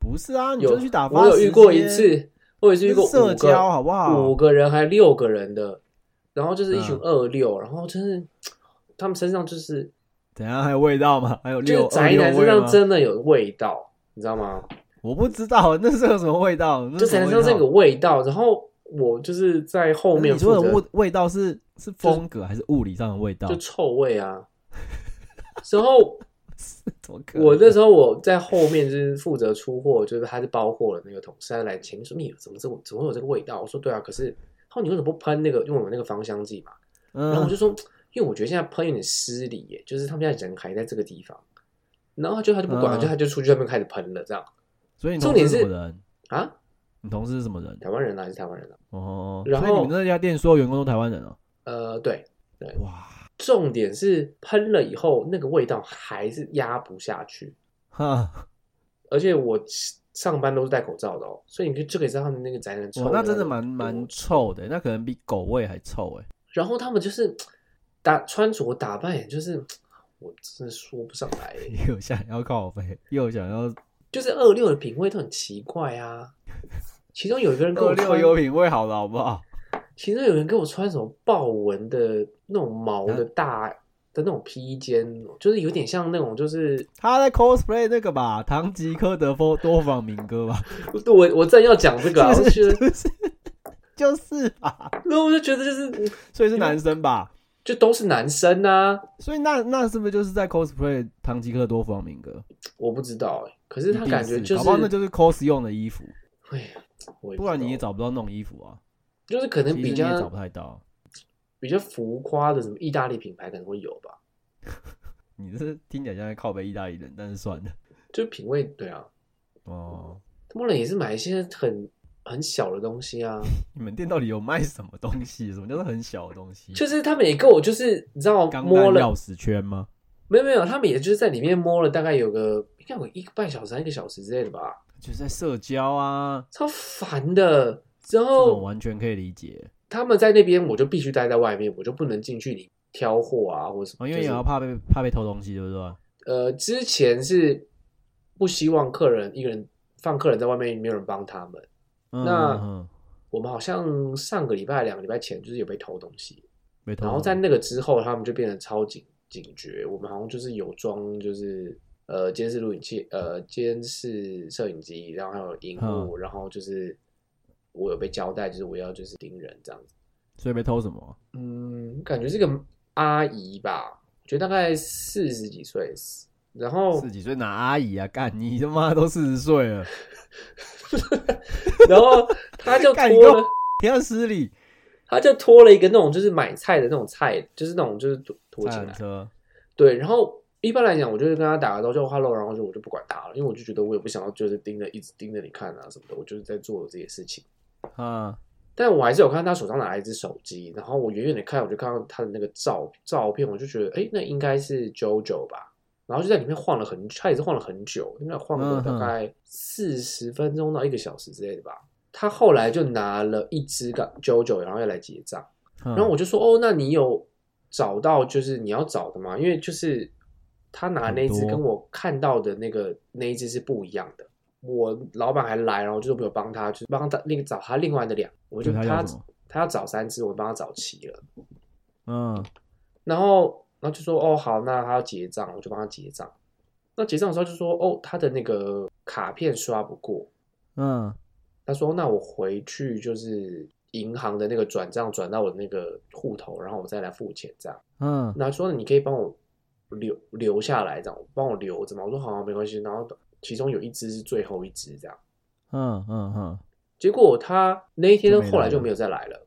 [SPEAKER 2] 不是啊，你
[SPEAKER 1] 有
[SPEAKER 2] 就是去打发
[SPEAKER 1] 我有遇过
[SPEAKER 2] 时
[SPEAKER 1] 一
[SPEAKER 2] 间
[SPEAKER 1] 次，我有一次遇过五
[SPEAKER 2] 社
[SPEAKER 1] 个
[SPEAKER 2] 交好不好？
[SPEAKER 1] 五个人还六个人的，然后就是一群
[SPEAKER 2] 嗯
[SPEAKER 1] 二六、然后就是他们身上就是
[SPEAKER 2] 怎样还有味道吗？还有
[SPEAKER 1] 就
[SPEAKER 2] 六
[SPEAKER 1] 是宅男身
[SPEAKER 2] 二六味
[SPEAKER 1] 上
[SPEAKER 2] 吗
[SPEAKER 1] 真的有味道，你知道吗？
[SPEAKER 2] 我不知道那是有什么味道，那
[SPEAKER 1] 就是
[SPEAKER 2] 什
[SPEAKER 1] 才
[SPEAKER 2] 么
[SPEAKER 1] 能上这
[SPEAKER 2] 味
[SPEAKER 1] 个
[SPEAKER 2] 道
[SPEAKER 1] 味道。然后我就是在后面
[SPEAKER 2] 你说
[SPEAKER 1] 负
[SPEAKER 2] 的
[SPEAKER 1] 责
[SPEAKER 2] 味味道是是风格还是物理上的味道
[SPEAKER 1] 就？臭味 啊。然后
[SPEAKER 2] 怎么可能
[SPEAKER 1] 我那时候我在后面就是负责出货，就是他是包货的那个同事，他来前面说你怎么这么怎么会有这个味道？我说对啊，可是他说你为什么不喷那个用我们那个芳香剂嘛？然后我
[SPEAKER 2] 嗯
[SPEAKER 1] 就说，因为我觉得现在喷有点失礼耶，就是他们现在人还在这个地方。然后他就他就不管了，
[SPEAKER 2] 嗯
[SPEAKER 1] 就他就出去外面开始喷了这样
[SPEAKER 2] 所以你
[SPEAKER 1] 重
[SPEAKER 2] 同
[SPEAKER 1] 点
[SPEAKER 2] 事什
[SPEAKER 1] 是
[SPEAKER 2] 么人？
[SPEAKER 1] 啊。
[SPEAKER 2] 你同事是什么人？
[SPEAKER 1] 台湾人啊，还是台湾人啊？
[SPEAKER 2] 哦，
[SPEAKER 1] 然后
[SPEAKER 2] 所以你们那家店所有员工都台湾人哦。
[SPEAKER 1] 呃，对，
[SPEAKER 2] 哇，
[SPEAKER 1] 重点是喷了以后，那个味道还是压不下去，
[SPEAKER 2] 哈，
[SPEAKER 1] 而且我上班都是戴口罩的哦，所以你就就可以知道他们那个宅男臭
[SPEAKER 2] 哇
[SPEAKER 1] 味，
[SPEAKER 2] 哦那真的蛮
[SPEAKER 1] 多
[SPEAKER 2] 蛮臭的，欸那可能比狗味还臭哎。
[SPEAKER 1] 然后他们就是打穿着打扮，也就是我真的说不上来耶， 欸
[SPEAKER 2] 又想要靠背，又想要
[SPEAKER 1] 就是二六的品味都很奇怪啊。其中有一个人跟我
[SPEAKER 2] 二六
[SPEAKER 1] 穿，
[SPEAKER 2] 有品味，好了好不好？
[SPEAKER 1] 其中有人跟我穿什么豹纹的那种毛
[SPEAKER 2] 嗯
[SPEAKER 1] 的大、的那种披肩，就是有点像那种就是
[SPEAKER 2] 他在 cosplay 那个吧，唐吉诃德多多访民歌吧，
[SPEAKER 1] 我我正要讲这个、啊，我
[SPEAKER 2] 是
[SPEAKER 1] 就是
[SPEAKER 2] 不
[SPEAKER 1] 觉得，
[SPEAKER 2] 是不是就是吧，
[SPEAKER 1] 然后我就觉得就是
[SPEAKER 2] 所以是男生吧，
[SPEAKER 1] 就都是男生啊，
[SPEAKER 2] 所以那那是不是就是在 cosplay 唐吉诃德多访民歌？
[SPEAKER 1] 我不知道哎、可是
[SPEAKER 2] 一
[SPEAKER 1] 他
[SPEAKER 2] 定
[SPEAKER 1] 感觉就是
[SPEAKER 2] 搞不好那就是 cos 用的衣服，
[SPEAKER 1] 哎呀，我也
[SPEAKER 2] 不然你也
[SPEAKER 1] 知道
[SPEAKER 2] 找不到那种衣服啊，
[SPEAKER 1] 就是可能
[SPEAKER 2] 其实
[SPEAKER 1] 嗯比
[SPEAKER 2] 你也找
[SPEAKER 1] 较
[SPEAKER 2] 不太到。
[SPEAKER 1] 比较浮夸的什么意大利品牌可能会有吧，
[SPEAKER 2] 你这听起来像在靠背意大利人，但是算 了
[SPEAKER 1] 就品味对啊，
[SPEAKER 2] 哦。
[SPEAKER 1] 他们人也是买一些很很小的东西啊，
[SPEAKER 2] 你们店到底有卖什么东西？什么叫做很小的东西？
[SPEAKER 1] 就是他们也跟我就是你知道
[SPEAKER 2] 钢弹
[SPEAKER 1] 摸了
[SPEAKER 2] 钥匙圈吗？
[SPEAKER 1] 没有没有，他们也就是在里面摸了大概有个应该有一个半小时、还一个小时之类的吧，
[SPEAKER 2] 就是在社交啊，
[SPEAKER 1] 超烦的。之
[SPEAKER 2] 这种
[SPEAKER 1] 后
[SPEAKER 2] 完全可以理解
[SPEAKER 1] 他们在那边，我就必须待在外面，我就不能进去里挑货啊，或者什
[SPEAKER 2] 哦，
[SPEAKER 1] 么。
[SPEAKER 2] 因为
[SPEAKER 1] 就
[SPEAKER 2] 也
[SPEAKER 1] 是
[SPEAKER 2] 要怕被怕被偷东西，对不对？
[SPEAKER 1] 呃，之前是不希望客人一个人放客人在外面，没有人帮他们。
[SPEAKER 2] 嗯
[SPEAKER 1] 那
[SPEAKER 2] 嗯嗯
[SPEAKER 1] 我们好像上个礼拜、两个礼拜前就是有被偷东西，
[SPEAKER 2] 被偷
[SPEAKER 1] 然
[SPEAKER 2] 东西，
[SPEAKER 1] 后在那个之后，他们就变得超警警觉。我们好像就是有装，就是呃监视录影器、呃监视摄影机，然后还有荧
[SPEAKER 2] 嗯
[SPEAKER 1] 幕，然后就是我有被交代，就是我要就是盯人这样子。
[SPEAKER 2] 所以被偷什么？
[SPEAKER 1] 嗯，感觉是个阿姨吧，我觉得大概四十几岁，然后
[SPEAKER 2] 十几岁哪阿姨啊？干你他妈都四十岁了，
[SPEAKER 1] 然 后他就
[SPEAKER 2] 干你
[SPEAKER 1] 拖
[SPEAKER 2] 够
[SPEAKER 1] 了。
[SPEAKER 2] 你要失礼。
[SPEAKER 1] 他就拖了一个那种就是买菜的那种菜，就是那种就是拖拖
[SPEAKER 2] 菜
[SPEAKER 1] 进
[SPEAKER 2] 篮
[SPEAKER 1] 来。
[SPEAKER 2] 车，
[SPEAKER 1] 对，然后一般来讲，我就是跟他打个招呼 hello，然后就我就不管他了，因为我就觉得我也不想要就是盯着一直盯着你看啊什么的，我就是在做我自己的事情。
[SPEAKER 2] 啊，
[SPEAKER 1] 但我还是有看他手上拿了一只手机，然后我远远的看，我就看到他的那个照照片，我就觉得，哎，那应该是 JoJo 吧。然后就在里面晃了很，他也是晃了很久，应该晃了
[SPEAKER 2] 嗯哼
[SPEAKER 1] 大概四十分钟到一个小时之类的吧。他后来就拿了一只个 JoJo，然后要来结账。
[SPEAKER 2] 然
[SPEAKER 1] 然后我就说：“哦，那你有找到就是你要找的吗？因为就是他拿那一只
[SPEAKER 2] 很多
[SPEAKER 1] 跟我看到的那个那一只是不一样的。我老板还来，然后就是没有帮他，就是帮他那个找他另外的两，我就
[SPEAKER 2] 对他要
[SPEAKER 1] 他
[SPEAKER 2] 什么
[SPEAKER 1] 他要找三只，我帮他找齐了。
[SPEAKER 2] 嗯，
[SPEAKER 1] 然后然后就说：哦，好，那他要结账，我就帮他结账。那结账的时候就说：哦，他的那个卡片刷不过。
[SPEAKER 2] 嗯
[SPEAKER 1] 他说：那我回去就是银行的那个转账转到我的那个户头，然后我再来付钱这样。”
[SPEAKER 2] 嗯，
[SPEAKER 1] 那说你可以帮我留留下来，这样帮我留着嘛。我说好、啊，没关系。然后其中有一只是最后一只，这样。
[SPEAKER 2] 嗯嗯嗯
[SPEAKER 1] 结果他那一
[SPEAKER 2] 就
[SPEAKER 1] 天
[SPEAKER 2] 没来
[SPEAKER 1] 后来
[SPEAKER 2] 了
[SPEAKER 1] 就没有再来了。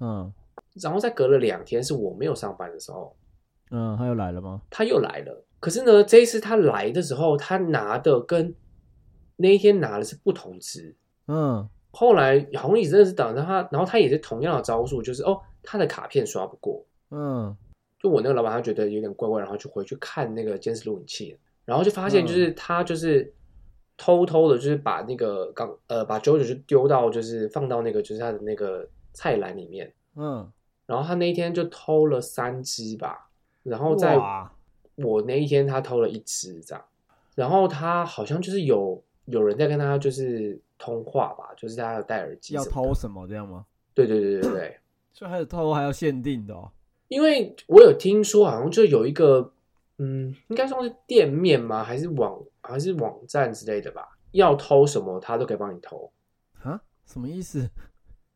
[SPEAKER 2] 嗯
[SPEAKER 1] 然后再隔了两天，是我没有上班的时候，
[SPEAKER 2] 嗯，他又来了吗？
[SPEAKER 1] 他又来了。可是呢，这一次他来的时候，他拿的跟那一天拿的是不同只。
[SPEAKER 2] 嗯，
[SPEAKER 1] 后来好像也真的是等着他，然后他也是同样的招数，就是哦，他的卡片刷不过，
[SPEAKER 2] 嗯，
[SPEAKER 1] 就我那个老板，他觉得有点怪怪，然后就回去看那个监视录影器，然后就发
[SPEAKER 2] 嗯
[SPEAKER 1] 现就是他就是偷偷的，就是把那个刚呃把九九就丢到就是放到那个就是他的那个菜篮里面，
[SPEAKER 2] 嗯，
[SPEAKER 1] 然后他那一天就偷了三只吧，然后在
[SPEAKER 2] 哇
[SPEAKER 1] 我那一天他偷了一只这样，然后他好像就是有有人在跟他就是通话吧，就是他有戴耳机
[SPEAKER 2] 要
[SPEAKER 1] 什么
[SPEAKER 2] 偷
[SPEAKER 1] 的，
[SPEAKER 2] 什么这样吗？
[SPEAKER 1] 对对对对对。
[SPEAKER 2] 所以还有偷还要限定的哦。
[SPEAKER 1] 因为我有听说，好像就有一个，嗯，应该算是店面吗？还是网还是网站之类的吧？要偷什么，他都可以帮你偷。
[SPEAKER 2] 啊？什么意思？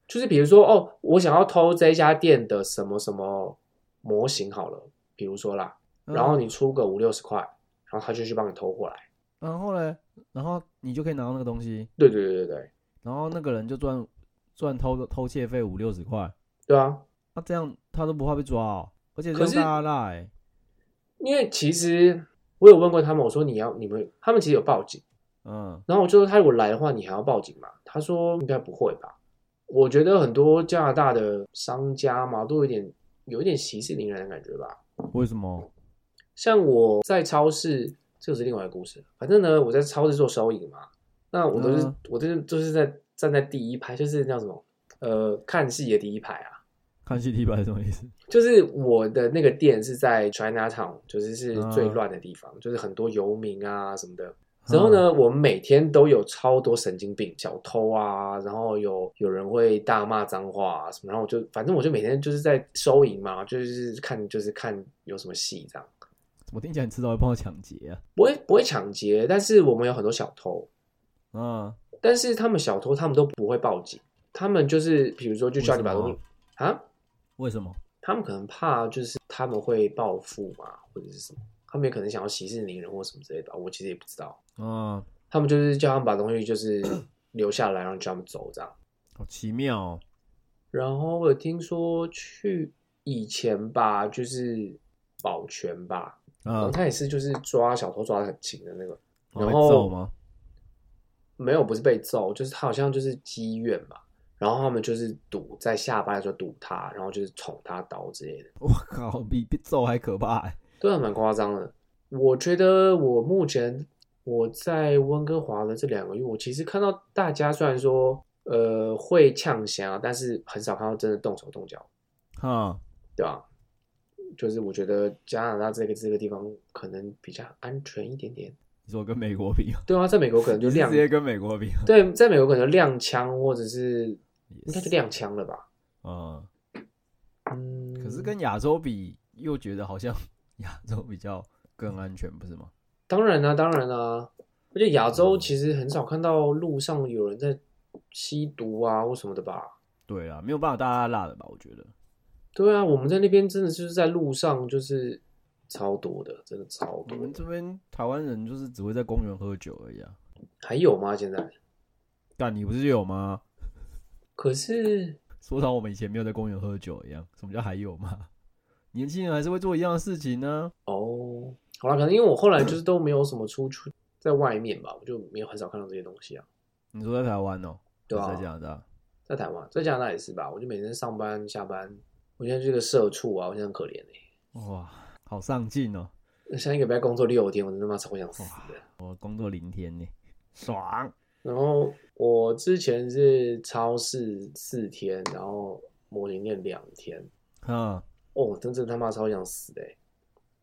[SPEAKER 1] 就是比如说，哦，我想要偷这一家店的什么什么模型好了，比如说啦，
[SPEAKER 2] 嗯
[SPEAKER 1] 然后你出个五六十块，然后他就去帮你偷过来。
[SPEAKER 2] 然后嘞，然后你就可以拿到那个东西，
[SPEAKER 1] 对对对对对，
[SPEAKER 2] 然后那个人就赚赚偷偷窃费五六十块，
[SPEAKER 1] 对啊，
[SPEAKER 2] 那、这样他都不怕被抓哦，而且
[SPEAKER 1] 可
[SPEAKER 2] 让
[SPEAKER 1] 是
[SPEAKER 2] 大家赖、欸。
[SPEAKER 1] 因为其实我有问过他们，我说你要你们，他们其实有报警，
[SPEAKER 2] 嗯，
[SPEAKER 1] 然后我就说他如果来的话，你还要报警吗？他说应该不会吧。我觉得很多加拿大的商家嘛，都有点有一点息事宁人的感觉吧。
[SPEAKER 2] 为什么？
[SPEAKER 1] 像我在超市，这是另外一个故事。反正呢，我在超市做收银嘛，那我都是、
[SPEAKER 2] 嗯
[SPEAKER 1] 我都是就是在站在第一排，就是叫什么呃看戏的第一排啊。
[SPEAKER 2] 看戏地板是什么意思？
[SPEAKER 1] 就是我的那个店是在 China Town，就是是最
[SPEAKER 2] 嗯
[SPEAKER 1] 乱的地方，就是很多游民啊什么的。 然后
[SPEAKER 2] 啊嗯
[SPEAKER 1] 呢，我每天都有超多神经病、小偷啊，然后有有人会大骂脏话啊什么，然后我就反正我就每天就是在收银嘛，就是看就是看有什么戏这样，
[SPEAKER 2] 嗯？怎么听起来你迟早会碰到抢劫啊？
[SPEAKER 1] 不会不会抢劫，但是我们有很多小偷，
[SPEAKER 2] 嗯，
[SPEAKER 1] 但是他们小偷他们都不会报警，他们就是比如说就叫你把
[SPEAKER 2] 为什么
[SPEAKER 1] 东西啊，
[SPEAKER 2] 为什么？
[SPEAKER 1] 他们可能怕就是他们会报复嘛，或者是什么，他们也可能想要息事宁人或什么之类的吧，我其实也不知道。
[SPEAKER 2] 嗯，
[SPEAKER 1] 他们就是叫他们把东西就是 留下来，让他们走这样。
[SPEAKER 2] 好奇妙哦。
[SPEAKER 1] 然后我有听说去以前吧，就是保全吧，然后
[SPEAKER 2] 嗯，
[SPEAKER 1] 他也是就是抓小偷抓的很勤的那个，然
[SPEAKER 2] 会
[SPEAKER 1] 后
[SPEAKER 2] 揍吗？
[SPEAKER 1] 没有不是被揍，就是他好像就是积怨吧。然后他们就是堵在下班的时候堵他，然后就是捅他刀之类的。
[SPEAKER 2] 我靠，比比揍还可怕欸。
[SPEAKER 1] 对啊，蛮夸张的。我觉得我目前我在温哥华的这两个月，我其实看到大家虽然说呃会呛虾，但是很少看到真的动手动脚，
[SPEAKER 2] 哈，
[SPEAKER 1] 对吧？就是我觉得加拿大这个这个地方可能比较安全一点点。
[SPEAKER 2] 你说跟美国比啊，
[SPEAKER 1] 对啊，在美国可能就
[SPEAKER 2] 你是
[SPEAKER 1] 亮
[SPEAKER 2] 直接跟美国比啊。
[SPEAKER 1] 对，在美国可能亮枪或者是应该就
[SPEAKER 2] 也是
[SPEAKER 1] 亮枪了吧？
[SPEAKER 2] 嗯，
[SPEAKER 1] 嗯，
[SPEAKER 2] 可是跟亚洲比，又觉得好像 亚洲比较更安全，不是吗？
[SPEAKER 1] 当然啦、啊当然啦、而且亚
[SPEAKER 2] 嗯
[SPEAKER 1] 洲其实很少看到路上有人在吸毒啊或什么的吧？
[SPEAKER 2] 对啊啦，没有办法大家辣的吧？我觉得
[SPEAKER 1] 对啊，我们在那边真的就是在路上就是超多的，真的超
[SPEAKER 2] 我
[SPEAKER 1] 多
[SPEAKER 2] 们
[SPEAKER 1] 的。
[SPEAKER 2] 这边台湾人就是只会在公园喝酒而已啊。
[SPEAKER 1] 还有吗？现在？
[SPEAKER 2] 但你不是有吗？
[SPEAKER 1] 可是
[SPEAKER 2] 说到我们以前没有在公园喝酒一样，什么叫还有吗？ 年轻人还是会做一样的事情呢、
[SPEAKER 1] 哦，好了，可能因为我后来就是都没有什么出去，在外面吧，我就没有很少看到这些东西啊。
[SPEAKER 2] 你说在台湾哦、
[SPEAKER 1] 对啊
[SPEAKER 2] 还是在加拿大，
[SPEAKER 1] 在台湾，在加拿大也是吧，我就每天上班下班，我现在就是个社畜啊，我现在很可怜 哎、
[SPEAKER 2] 哇，好上进哦、
[SPEAKER 1] 欸，像一个礼拜工作六天，我真他妈超想死的。
[SPEAKER 2] 我工作零天呢，爽。
[SPEAKER 1] 然后我之前是超市四天，然后模型店两天，
[SPEAKER 2] 哈，
[SPEAKER 1] 哦，真真他妈超想死的欸、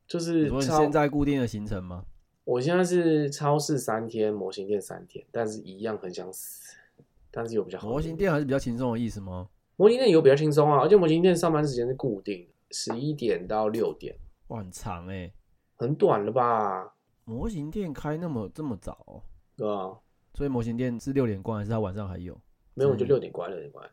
[SPEAKER 1] 就
[SPEAKER 2] 你
[SPEAKER 1] 是
[SPEAKER 2] 说你
[SPEAKER 1] 超
[SPEAKER 2] 现在固定的行程吗？
[SPEAKER 1] 我现在是超市三天，模型店三天，但是一样很想死，但是有比较好一点
[SPEAKER 2] 模型，店还是比较轻松的意思吗？
[SPEAKER 1] 模型店有比较轻松啊，而且模型店上班时间是固定的，十一点到六点，
[SPEAKER 2] 哇，很长哎、
[SPEAKER 1] 很短了吧？
[SPEAKER 2] 模型店开那么这么早哦、
[SPEAKER 1] 对吧、
[SPEAKER 2] 所以模型店是六点关，还是他晚上还有？
[SPEAKER 1] 没有我就
[SPEAKER 2] 嗯
[SPEAKER 1] 六点关，六点关。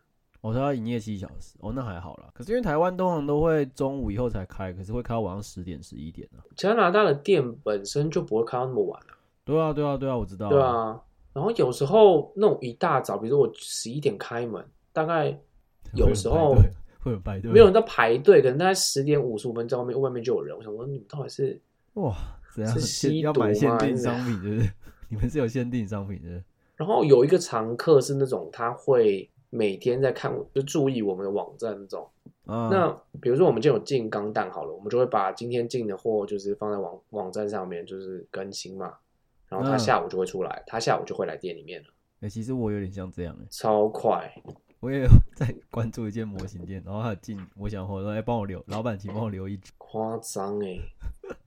[SPEAKER 2] 哦，他要营业七小时，哦，那还好啦。可是因为台湾通常都会中午以后才开，可是会开到晚上十点、十一点啊。
[SPEAKER 1] 加拿大的店本身就不会开到那么晚啊，
[SPEAKER 2] 对啊，对啊，对啊，我知道。
[SPEAKER 1] 对，啊。然后有时候那种一大早，比如说我十一点开门，大概有时候
[SPEAKER 2] 会有排队，
[SPEAKER 1] 没有人在排队，可能大概十点五十五分在外面外面就有人。我想说你们到底是
[SPEAKER 2] 哇，怎样
[SPEAKER 1] 是吸
[SPEAKER 2] 要
[SPEAKER 1] 毒
[SPEAKER 2] 买限
[SPEAKER 1] 吗还
[SPEAKER 2] 定
[SPEAKER 1] 是
[SPEAKER 2] 商 品，对不对？你们是有限定商品的，
[SPEAKER 1] 然后有一个常客是那种他会每天在看，就注意我们的网站那种。
[SPEAKER 2] 啊，
[SPEAKER 1] 那比如说我们今天有进钢弹好了，我们就会把今天进的货就是放在网网站上面，就是更新嘛。然后他
[SPEAKER 2] 嗯
[SPEAKER 1] 下午就会出来，他下午就会来店里面了，
[SPEAKER 2] 哎、其实我有点像这样哎、
[SPEAKER 1] 超快。
[SPEAKER 2] 我也有在关注一间模型店，然后他有进模型后说，哎、帮我留，老板请帮我留一只，
[SPEAKER 1] 夸张哎、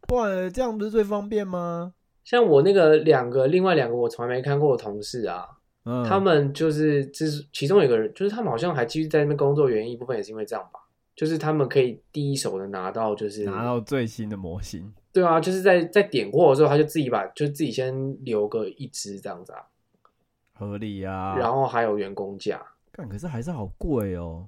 [SPEAKER 2] 不然这样不是最方便吗？
[SPEAKER 1] 像我那个两个，另外两个我从来没看过的同事啊，
[SPEAKER 2] 嗯，
[SPEAKER 1] 他们就是，就是其中有一个人，就是他们好像还继续在那边工作，原因一部分也是因为这样吧，就是他们可以第一手的拿到，就是
[SPEAKER 2] 拿到最新的模型，
[SPEAKER 1] 对啊，就是在在点货的时候，他就自己把就自己先留个一只这样子啊，
[SPEAKER 2] 合理啊。
[SPEAKER 1] 然后还有员工价，
[SPEAKER 2] 干，可是还是好贵哦。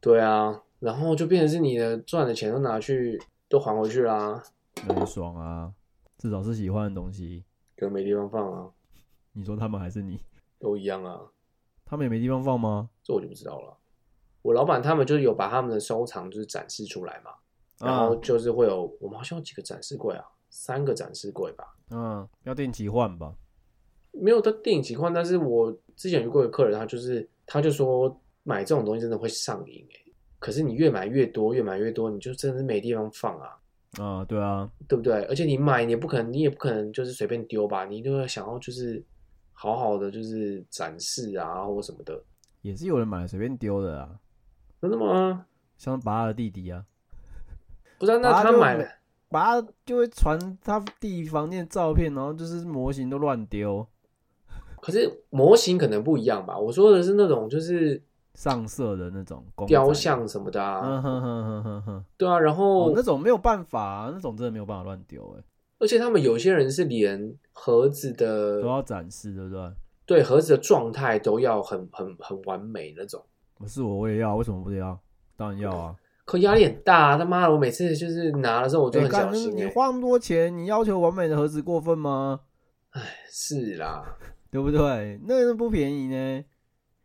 [SPEAKER 1] 对啊，然后就变成是你的赚的钱都拿去都还回去啦，
[SPEAKER 2] 那很爽啊，至少是喜欢的东西。
[SPEAKER 1] 可能没地方放啊，
[SPEAKER 2] 你说他们还是你？
[SPEAKER 1] 都一样啊，
[SPEAKER 2] 他们也没地方放吗？
[SPEAKER 1] 这我就不知道了。我老板他们就是有把他们的收藏就是展示出来嘛，
[SPEAKER 2] 啊
[SPEAKER 1] 然
[SPEAKER 2] 嗯
[SPEAKER 1] 后就是会有我们好像有几个展示柜啊，三个展示柜吧。
[SPEAKER 2] 嗯，嗯，要定期换吧。
[SPEAKER 1] 没有到电影情况，但是我之前遇过一个客人，他就是他就说买这种东西真的会上瘾哎、可是你越买越多，越买越多，你就真的是没地方放啊，
[SPEAKER 2] 啊，对啊，
[SPEAKER 1] 对不对？而且你买，你也不可能，你也不可能就是随便丢吧，你一定会想要就是好好的就是展示啊或什么的，
[SPEAKER 2] 也是有人买了随便丢的啊，
[SPEAKER 1] 真的吗？
[SPEAKER 2] 像巴尔的弟弟啊，
[SPEAKER 1] 不知道、那
[SPEAKER 2] 啊
[SPEAKER 1] 他
[SPEAKER 2] 就
[SPEAKER 1] 买了，
[SPEAKER 2] 把他就会传他弟房间照片，然后就是模型都乱丢，
[SPEAKER 1] 可是模型可能不一样吧？我说的是那种就是
[SPEAKER 2] 上色的那种公仔
[SPEAKER 1] 雕，像什么的啊，
[SPEAKER 2] 嗯哼哼哼哼哼，
[SPEAKER 1] 对啊，然后、
[SPEAKER 2] 哦，那种没有办法、啊，那种真的没有办法乱丢，哎，
[SPEAKER 1] 而且他们有些人是连盒子
[SPEAKER 2] 都
[SPEAKER 1] 的
[SPEAKER 2] 要展示，对不啊对？
[SPEAKER 1] 对盒子的状态都要很很很完美那种，
[SPEAKER 2] 不是我，我也要，为什么不要？当然要啊！
[SPEAKER 1] 可压力很大、啊他妈的，我每次就是拿的时候我就
[SPEAKER 2] 哎
[SPEAKER 1] 很
[SPEAKER 2] 干
[SPEAKER 1] 小
[SPEAKER 2] 那
[SPEAKER 1] 心、
[SPEAKER 2] 你
[SPEAKER 1] 欸
[SPEAKER 2] 花那么多钱，你要求完美的盒子过分吗？
[SPEAKER 1] 是啦，
[SPEAKER 2] 对不对？那个不便宜呢。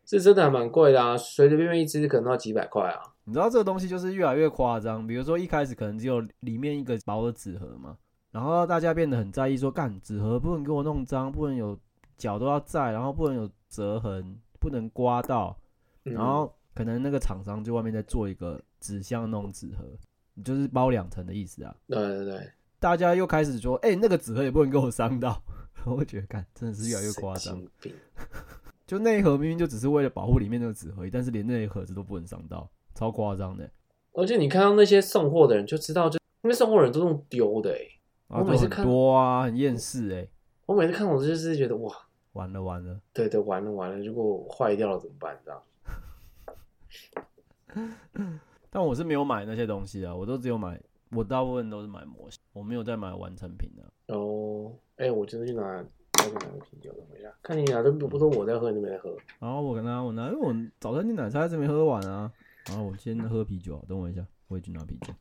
[SPEAKER 1] 这真的还蛮贵的啊，随随便便一只可能要几百块啊。
[SPEAKER 2] 你知道这个东西就是越来越夸张，比如说一开始可能只有里面一个薄的纸盒嘛，然后大家变得很在意说，干纸盒不能给我弄脏，不能有角都要在，然后不能有折痕，不能刮到，
[SPEAKER 1] 嗯
[SPEAKER 2] 然后可能那个厂商就外面再做一个纸箱那种纸盒，你就是包两层的意思啊。
[SPEAKER 1] 对对对，
[SPEAKER 2] 大家又开始说，哎、那个纸盒也不能给我伤到。 我会觉得，干真的是越来越夸张
[SPEAKER 1] 神。经病。
[SPEAKER 2] 就那一盒明明就只是为了保护里面那个纸盒，但是连那一盒子都不能伤到，超夸张的。
[SPEAKER 1] 而且你看到那些送货的人就知道就，那送货人都用丢的、欸，
[SPEAKER 2] 啊，
[SPEAKER 1] 我每
[SPEAKER 2] 都
[SPEAKER 1] 次
[SPEAKER 2] 很
[SPEAKER 1] 看
[SPEAKER 2] 多啊，很厌世哎、
[SPEAKER 1] 我每次看我就是觉得哇，
[SPEAKER 2] 完了完了，
[SPEAKER 1] 对对，完了完了，如果坏掉了怎么办？这样
[SPEAKER 2] 但我是没有买那些东西啊，我都只有买，我大部分都是买模型，我没有在买完成品的、
[SPEAKER 1] 哦，哎、我真的去拿，我去拿个啤酒，等一下，看你俩都不不说我在喝，你没在喝。
[SPEAKER 2] 然后我跟他我拿，因为我早餐店奶茶一直没喝完啊，然后我先喝啤酒啊，等我一下，我也去拿啤酒。